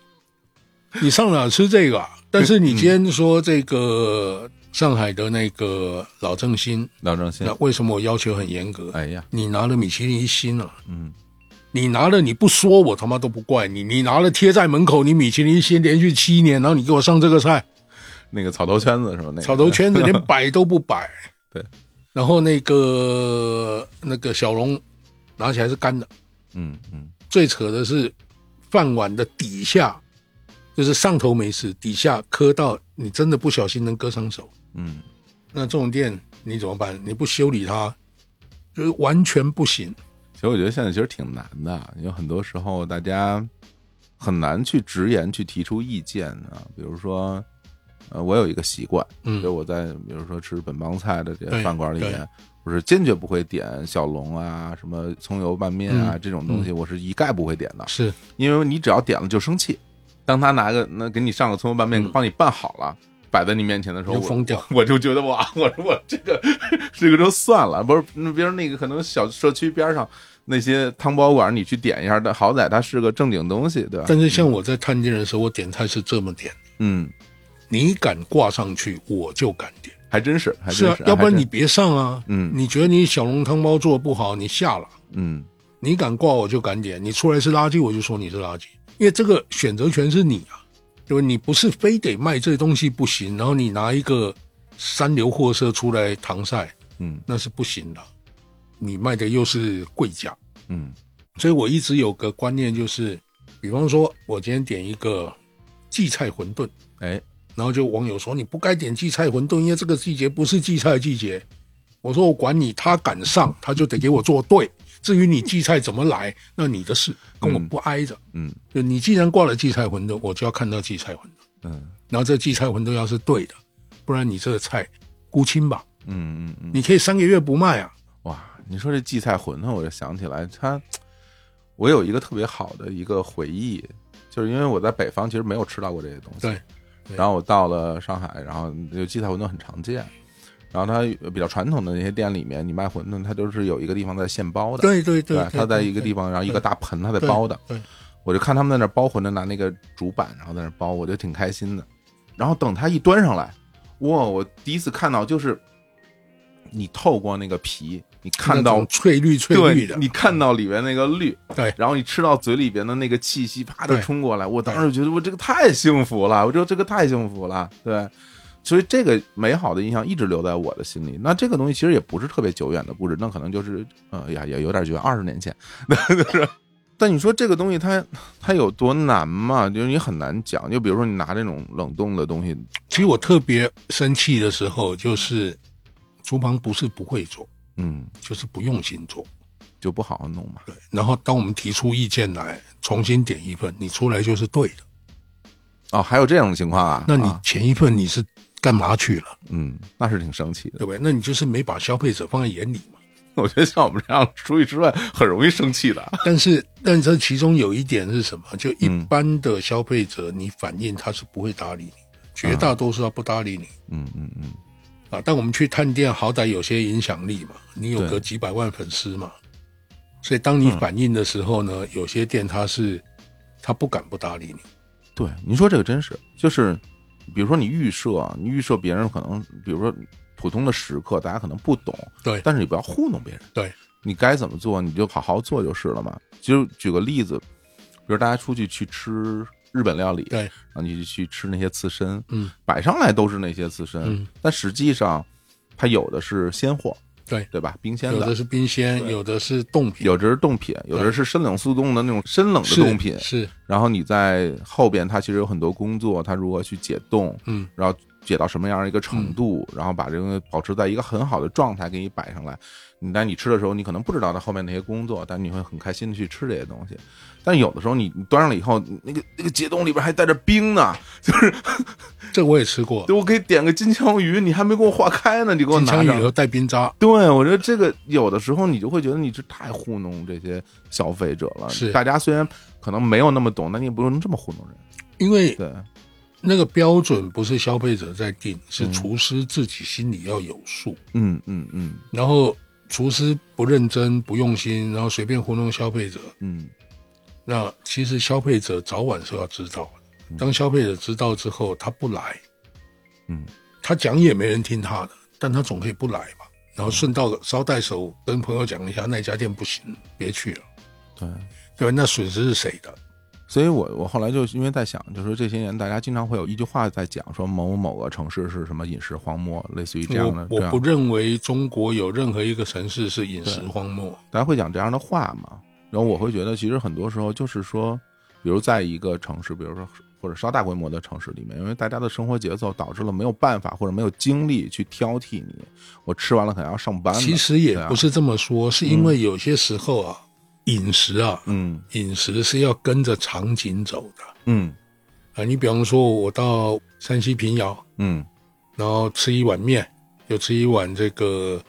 S1: 你上哪吃这个啊？但是你今天说这个上海的那个老正新，
S2: 老正新
S1: 那，为什么我要求很严格？
S2: 哎呀，
S1: 你拿了米其林一星啊，
S2: 嗯，
S1: 你拿了你不说我他妈都不怪你，你拿了贴在门口，你米其林一星连续七年，然后你给我上这个菜，
S2: 那个草头圈子是吧？那个
S1: 草头圈子连摆都不摆，
S2: *laughs* 对，
S1: 然后那个那个小龙拿起来是干的。
S2: 嗯嗯
S1: 最扯的是饭碗的底下，就是上头没事，底下磕到你真的不小心能割伤手。
S2: 嗯，
S1: 那这种店你怎么办？你不修理它，就是完全不行。
S2: 其实我觉得现在其实挺难的，有很多时候大家很难去直言去提出意见啊。比如说，呃，我有一个习惯，
S1: 嗯
S2: 就我在比如说吃本帮菜的这些
S1: 对
S2: 饭馆里
S1: 对
S2: 面，我是坚决不会点小龙啊、什么葱油拌面
S1: 嗯
S2: 啊、这种东西，我是一概不会点的，
S1: 是
S2: 因为你只要点了就生气。当他拿个那给你上个葱油拌面，
S1: 嗯
S2: 帮你拌好了。摆在你面前的时候，
S1: 就
S2: 我
S1: 疯掉
S2: 我就觉得哇，我说我这个这个就算了，不是那比如那个可能小社区边上那些汤包馆，你去点一下，但好歹它是个正经东西，对吧？
S1: 但是像我在探店的时候，我点菜是这么点，
S2: 嗯，
S1: 你敢挂上去，我就敢点。
S2: 还真是，还
S1: 是
S2: 真
S1: 啊
S2: 是，，
S1: 要不然
S2: 还真
S1: 你别上啊。
S2: 嗯
S1: 你觉得你小笼汤包做的不好，你下了，
S2: 嗯
S1: 你敢挂我就敢点，你出来是垃圾我就说你是垃圾，因为这个选择权是你啊，对吧？你不是非得卖这东西不行，然后你拿一个三流货色出来搪塞，
S2: 嗯
S1: 那是不行的，你卖的又是贵价，
S2: 嗯
S1: 所以我一直有个观念就是，比方说我今天点一个荠菜馄饨。
S2: 哎，
S1: 然后就网友说你不该点荠菜馄饨，因为这个季节不是荠菜季节。我说我管你，他敢上他就得给我做对。至于你荠菜怎么来，那你的事跟我不挨着。
S2: 嗯
S1: 就你既然挂了荠菜馄饨，我就要看到荠菜馄饨。
S2: 嗯
S1: 然后这荠菜馄饨要是对的，不然你这个菜孤清吧，
S2: 嗯嗯嗯，
S1: 你可以三个月不卖啊。
S2: 哇！你说这荠菜馄饨，我就想起来，它我有一个特别好的一个回忆，就是因为我在北方其实没有吃到过这些东西，
S1: 对，对
S2: 然后我到了上海，然后就荠菜馄饨很常见。然后它比较传统的那些店里面，你卖馄饨，它都是有一个地方在现包的，
S1: 对对对
S2: 吧，它在一个地
S1: 方
S2: 方，然后一个大盆，它在
S1: 对
S2: 包的。
S1: 对，
S2: 我就看他们在那儿包馄饨，拿那个竹板，然后在那儿包，我就挺开心的。然后等它一端上来，哇！我第一次看到就是，你透过那个皮，你看
S1: 那
S2: 到
S1: 种翠绿翠绿
S2: 对
S1: 的，，
S2: 你看到里面那个绿，
S1: 对
S2: 然后你吃到嘴里边的那个气息，啪就
S1: 对
S2: 冲过来。我当时觉得我这个太幸福了，我觉得这个太幸福了，对。所以这个美好的印象一直留在我的心里。那这个东西其实也不是特别久远的故事，那可能就是呃呀也有点久远，二十年前。 *laughs* 就是但你说这个东西它它有多难嘛？就是你很难讲。就比如说你拿这种冷冻的东西，
S1: 其实我特别生气的时候，就是厨房不是不会做，
S2: 嗯，
S1: 就是不用心做。
S2: 就不好好弄嘛。
S1: 然后当我们提出意见来，重新点一份，你出来就是对的。
S2: 哦，还有这种情况啊？
S1: 那你
S2: 啊
S1: 前一份你是干嘛去了，
S2: 嗯，那是挺生气的 *laughs*
S1: 对。不对？那你就是没把消费者放在眼里嘛。
S2: 我觉得像我们这样出去吃饭很容易生气的。
S1: 但是，但这其中有一点是什么？就一
S2: 嗯
S1: 般的消费者，你反应他是不会搭理你，绝大多数他不搭理你
S2: 嗯嗯嗯，
S1: 啊。但我们去探店，好歹有些影响力嘛，你有个
S2: 对嗯
S1: 几百万粉丝嘛。所以，当你反应的时候呢，有些店他是他不敢不搭理你。
S2: 对，您说这个真是，就是比如说你预设啊，你预设别人可能，比如说普通的食客，大家可能不懂，
S1: 对
S2: 但是你不要糊弄别人，
S1: 对，
S2: 你该怎么做你就好好做就是了嘛。就举个例子，比如大家出去去吃日本料理，
S1: 对
S2: 然后你就去吃那些刺身，
S1: 嗯，
S2: 摆上来都是那些刺身，
S1: 嗯
S2: 但实际上它有的是鲜货，
S1: 对
S2: 对吧？冰鲜
S1: 有的
S2: 的。
S1: 是冰鲜，有的是冻品，
S2: 有的是冻品，有的
S1: 对
S2: 是深冷速冻的那种深冷的
S1: 是
S2: 冻品，
S1: 是
S2: 然后你在后边，它其实有很多工作，它如何去解冻，
S1: 嗯，
S2: 然后解到什么样的一个程度，然后把这个保持在一个很好的状态给你摆上来。你但你吃的时候，你可能不知道它后面那些工作，但你会很开心的去吃这些东西。但有的时候你你端上来以后，那个那个解冻里边还带着冰呢，就是。
S1: 这我也吃过
S2: 对我可以点个金枪鱼，你还没给我化开呢，你给我
S1: 金
S2: 拿
S1: 枪鱼
S2: 上
S1: 里。头带冰渣，
S2: 对，我觉得这个有的时候你就会觉得你这太糊弄这些消费者了。
S1: 是
S2: 大家虽然可能没有那么懂，但你也不能这么糊弄人。
S1: 因为
S2: 对，
S1: 那个标准不是消费者在定，是厨师自己心里要有数。
S2: 嗯嗯嗯
S1: 然后厨师不认真、不用心，然后随便糊弄消费者，
S2: 嗯
S1: 那其实消费者早晚是要知道的。当消费者知道之后，他不来，
S2: 嗯，
S1: 他讲也没人听他的，但他总可以不来嘛。然后顺道捎带手跟朋友讲一下，那家店不行，别去了，
S2: 对。
S1: 对吧？那损失是谁的？
S2: 所以我我后来就因为在想，就是说这些年大家经常会有一句话在讲说某某某个城市是什么饮食荒漠，类似于这样的啊
S1: 我，
S2: 这
S1: 我
S2: 样
S1: 不认为中国有任何一个城市是饮食荒漠。
S2: 大家会讲这样的话嘛。然后我会觉得，其实很多时候就是说，比如在一个城市，比如说或者稍大规模的城市里面，因为大家的生活节奏导致了没有办法或者没有精力去挑剔你，我吃完了可能要上班的。
S1: 其实也
S2: 对啊
S1: 不是这么说，是因为有些时候啊，饮食啊，
S2: 嗯
S1: 饮食是要跟着场景走的
S2: 嗯
S1: 啊。你比方说，我到山西平遥，
S2: 嗯
S1: 然后吃一碗面，又吃一碗这个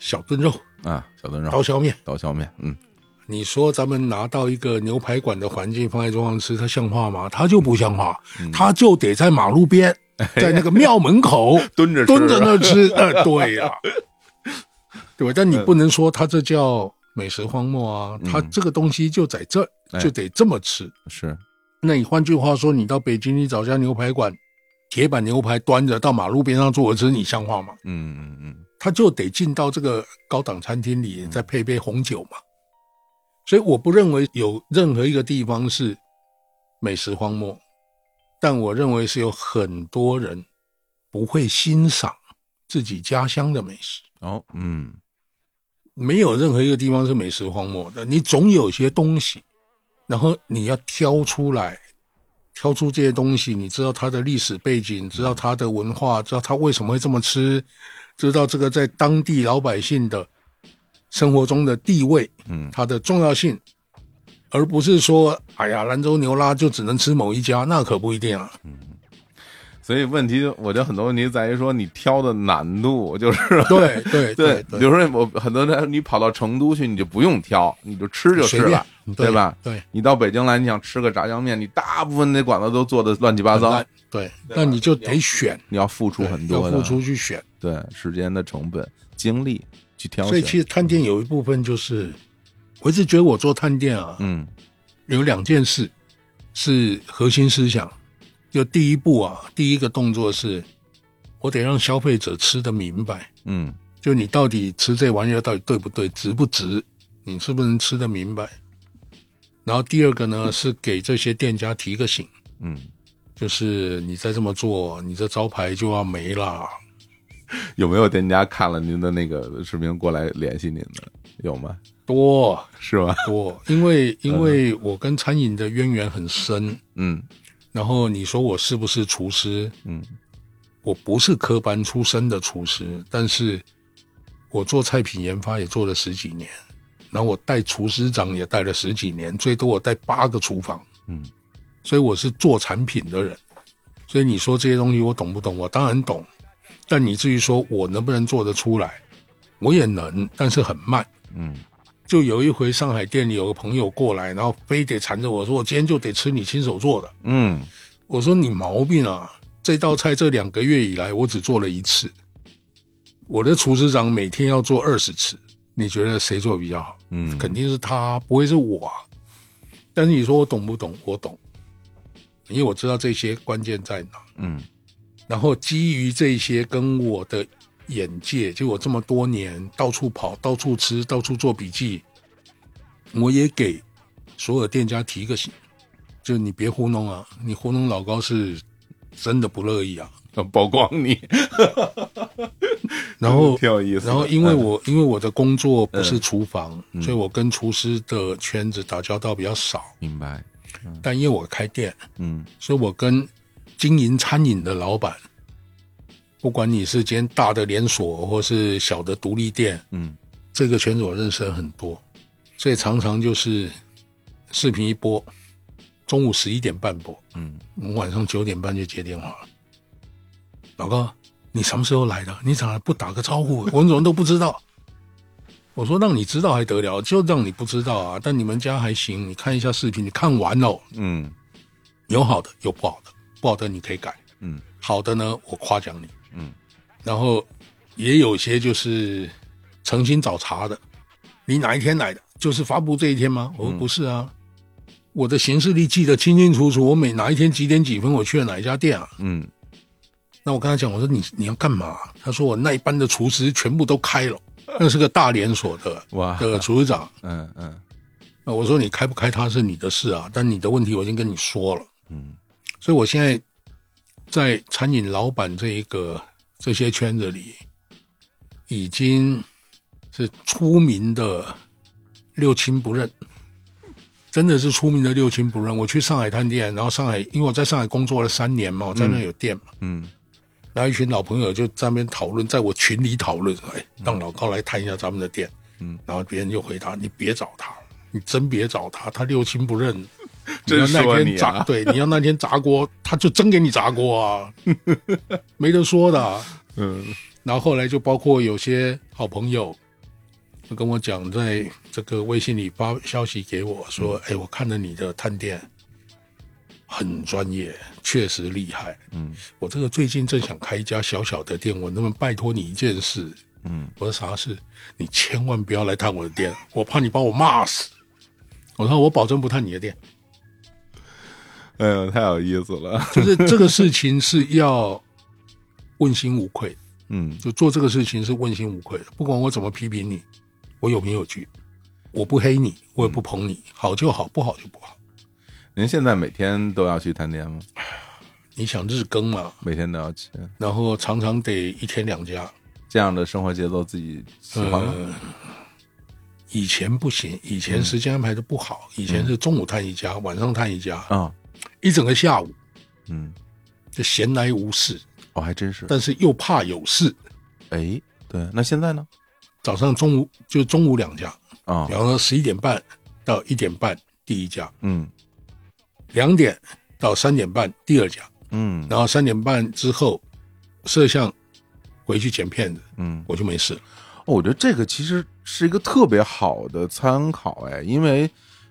S1: 小炖肉、
S2: 啊，小炖肉
S1: 刀削面。
S2: 刀削面，嗯
S1: 你说咱们拿到一个牛排馆的环境放在桌上吃，它像话吗？它就不像话，
S2: 嗯
S1: 它就得在马路
S2: *laughs*
S1: 边，在那个庙门口
S2: 蹲着吃
S1: 蹲着那吃。呃，对呀、对吧？但你不能说它这叫美食荒漠啊，它这个东西就在这，
S2: 哎
S1: 就得这么吃。
S2: 是，
S1: 那你换句话说，你到北京，你找家牛排馆，铁板牛排端着到马路边上坐着吃，你像话吗？
S2: 嗯嗯嗯
S1: 他就得进到这个高档餐厅里，再配杯红酒嘛。所以我不认为有任何一个地方是美食荒漠，但我认为是有很多人不会欣赏自己家乡的美食。
S2: 哦嗯
S1: 没有任何一个地方是美食荒漠的，你总有些东西，然后你要挑出来，挑出这些东西，你知道它的历史背景，知道它的文化，知道它为什么会这么吃，知道这个在当地老百姓的生活中的地位，
S2: 嗯
S1: 它的重要性，而不是说，哎呀，兰州牛拉就只能吃某一家，那可不一
S2: *laughs*
S1: 定啊。
S2: 所以问题，我觉得很多问题在于说你挑的难度，就是
S1: 对对
S2: *laughs* 对，比
S1: 对，
S2: 如说我很多人，你跑到成都去，你就不用挑，你就吃就
S1: 随
S2: 是
S1: 便嗯
S2: 了，对吧？
S1: 对，
S2: 你到北京来，你想吃个炸酱面，你大部分那馆子都做的乱七八糟
S1: 那，对，那你就得选，
S2: 你要付出很
S1: 要
S2: 多的
S1: 付出去选。
S2: 对时间的成本、精力去挑
S1: 所以
S2: 选。
S1: 其实探店有一部分就是，我一直觉得我做探店啊，
S2: 嗯
S1: 有两件事是核心思想。就第一步啊，第一个动作是，我得让消费者吃得明白，
S2: 嗯
S1: 就你到底吃这玩意儿到底对不对，值不值，你是不是能吃得明白。然后第二个呢，是给这些店家提个醒，
S2: 嗯，
S1: 就是你再这么做，你这招牌就要没啦。
S2: 有没有店家看了您的那个视频过来联系您的？有吗？
S1: 多
S2: 是吧？
S1: 多，因为因为我跟餐饮的渊源很深，
S2: 嗯
S1: 然后你说我是不是厨师？
S2: 嗯
S1: 我不是科班出身的厨师，但是我做菜品研发也做了十几年，然后我带厨师长也带了十几年，最多我带八个厨房，
S2: 嗯，
S1: 所以我是做产品的人。所以你说这些东西我懂不懂？我当然懂，但你至于说我能不能做得出来，我也能，但是很慢。
S2: 嗯
S1: 就有一回上海店里有个朋友过来，然后非得缠着我说我今天就得吃你亲手做的。
S2: 嗯
S1: 我说你毛病啊！这道菜这两个月以来，我只做了一次。我的厨师长每天要做二十次，你觉得谁做比较好？
S2: 嗯，
S1: 肯定是他，不会是我啊。但是你说我懂不懂？我懂，因为我知道这些关键在哪。
S2: 嗯
S1: 然后基于这些跟我的眼界，就我这么多年到处跑、到处吃、到处做笔记，我也给所有店家提个醒，就你别糊弄啊！你糊弄老高是真的不乐意啊。
S2: 哦曝光你，
S1: 然后
S2: 挺有意思的。嗯
S1: 然后因为我、因为我的工作不是厨房，所以我跟厨师的圈子打交道比较少。
S2: 明白，
S1: 但因为我开店，
S2: 嗯
S1: 所以我跟经营餐饮的老板，不管你是间大的连锁或是小的独立店，
S2: 嗯
S1: 这个圈子我认识了很多，所以常常就是视频一播，中午十一点半播，
S2: 嗯
S1: 我们晚上九点半就接电话。老哥，你什么时候来的？你咋不打个招呼？我们怎么都不知道？我说让你知道还得了，就让你不知道啊。但你们家还行，你看一下视频，你看完了、
S2: 嗯
S1: 有好的，有不好的，不好的你可以改，
S2: 嗯
S1: 好的呢我夸奖你，
S2: 嗯，
S1: 然后也有些就是诚心找茬的，你哪一天来的？就是发布这一天吗？
S2: 嗯
S1: 我说不是啊，我的行事历记得清清楚楚，我每哪一天几点几分我去了哪一家店啊？
S2: 嗯
S1: 那我跟他讲，我说你你要干嘛？啊他说我那一班的厨师全部都开了，那是个大连锁的
S2: 哇 *laughs*
S1: 的厨师长。
S2: 嗯嗯
S1: 那呃我说你开不开他是你的事啊，但你的问题我已经跟你说了。
S2: 嗯
S1: 所以我现在在餐饮老板这一个这些圈子里，已经是出名的六亲不认，真的是出名的六亲不认。我去上海探店，然后上海，因为我在上海工作了三年嘛，我在那有店嘛，
S2: 嗯
S1: 然后一群老朋友就在那边讨论，在我群里讨论，哎，让老高来探一下咱们的店，
S2: 嗯，
S1: 然后别人就回答你别找他，你真别找他，他六亲不认。
S2: *laughs* 真
S1: 要
S2: 说
S1: 那
S2: 你
S1: 天炸，
S2: *laughs* 啊
S1: 对，你要那天砸锅，他就真给你砸锅
S2: *laughs*
S1: 啊，没得说的啊。
S2: 嗯
S1: 然后后来就包括有些好朋友，就跟我讲，在这个微信里发消息给我说：“
S2: 嗯
S1: 哎，我看了你的探店，很专业，确实厉害。
S2: 嗯
S1: 我这个最近正想开一家小小的店，我能不能拜托你一件事？”
S2: 嗯，
S1: 我说啥事？你千万不要来探我的店，我怕你把我骂死。我说我保证不探你的店，
S2: 哎呦，太有意思了， *laughs*
S1: 就是这个事情是要问心无愧，
S2: 嗯
S1: 就做这个事情是问心无愧的。不管我怎么批评你，我有凭有据，我不黑你，我也不捧你，好就好，不好就不好。
S2: 您现在每天都要去探店吗？
S1: 你想日更嘛，
S2: 每天都要去，
S1: 然后常常得一天两家。
S2: 这样的生活节奏自己喜欢吗？
S1: 呃，以前不行，以前时间安排的不好，
S2: 嗯
S1: 以前是中午探一家，晚上探一家，
S2: 啊，
S1: 一整个下午
S2: 嗯，
S1: 就闲来无事，
S2: 哦，还真是，
S1: 但是又怕有事。
S2: 哎，对，那现在呢？
S1: 早上、中午就中午两家，
S2: 啊，
S1: 然后十一点半到一点半第一家，
S2: 嗯
S1: 两点到三点半第二家，
S2: 嗯
S1: 然后三点半之后，摄像回去剪片子，
S2: 嗯，
S1: 我就没事了。
S2: 哦我觉得这个其实是一个特别好的参考，哎，因为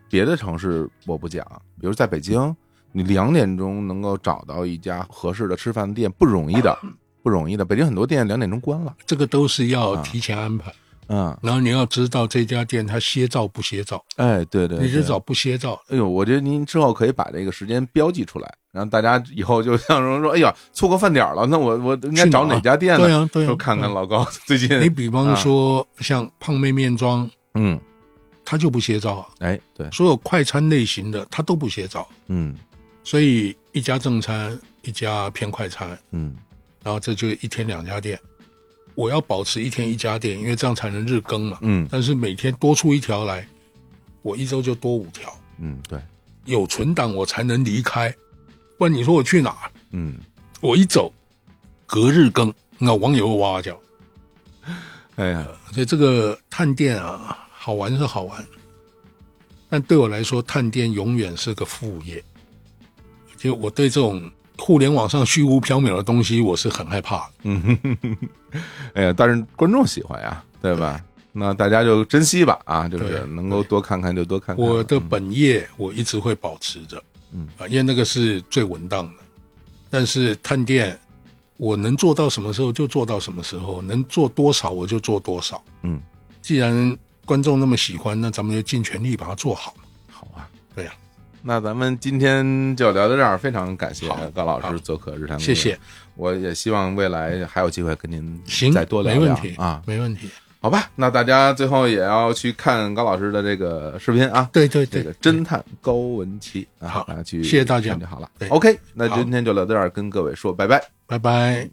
S2: 别的城市我不讲，比如在北京，你两点钟能够找到一家合适的吃饭店不容易的，不容易的。北京很多店两点钟关了，
S1: 这个都是要提前安排，
S2: 嗯，
S1: 然后你要知道这家店它歇照不歇照，
S2: 哎，对对，
S1: 你就
S2: 对
S1: 找不歇照的。
S2: 哎呦，我觉得您之后可以把这个时间标记出来，然后大家以后就像说说，哎呀，错过饭点儿了，那我我应该找哪家店呢？
S1: 对啊，对
S2: 说
S1: 啊，
S2: 看看
S1: 对啊
S2: 老高最近，
S1: 你比方说像胖妹面庄，
S2: 嗯，
S1: 它就不歇照啊，
S2: 哎，对，
S1: 所有快餐类型的它都不歇照，
S2: 嗯
S1: 所以一家正餐，一家偏快餐，
S2: 嗯
S1: 然后这就一天两家店。我要保持一天一家店，因为这样才能日更嘛。
S2: 嗯
S1: 但是每天多出一条来，我一周就多五条，
S2: 嗯，对，
S1: 有存档我才能离开。不然你说我去哪？
S2: 嗯，
S1: 我一走，隔日更，那网友又哇哇叫。
S2: 哎呀，
S1: 所以这个探店啊，好玩是好玩，但对我来说，探店永远是个副业。就我对这种互联网上虚无缥缈的东西，我是很害怕的。
S2: 嗯， *laughs* 哎呀，但是观众喜欢呀，对吧？那大家就珍惜吧啊，就是
S1: 对
S2: 能够多看看就多看看。
S1: 我的本业我一直会保持着，
S2: 嗯
S1: 啊，因为那个是最稳当的。但是探店，我能做到什么时候就做到什么时候，能做多少我就做多少。
S2: 嗯，
S1: 既然观众那么喜欢，那咱们就尽全力把它做好。
S2: 好啊，
S1: 对呀、
S2: 那咱们今天就聊到这儿，非常感谢
S1: 好
S2: 高老
S1: 好
S2: 师做客日坛公园，
S1: 谢谢，
S2: 我也希望未来还有机会跟您
S1: 行，
S2: 再多聊
S1: 没
S2: 聊
S1: 问题
S2: 啊，
S1: 没问题。
S2: 好吧？那大家最后也要去看高老师的这个视频啊，
S1: 对对对，
S2: 这个侦探高文琪啊，
S1: 好
S2: 大家去
S1: 谢谢大家
S2: 看就好了
S1: 对。
S2: OK，那
S1: 好
S2: 今天就聊到这儿，跟各位说拜拜。
S1: 拜拜。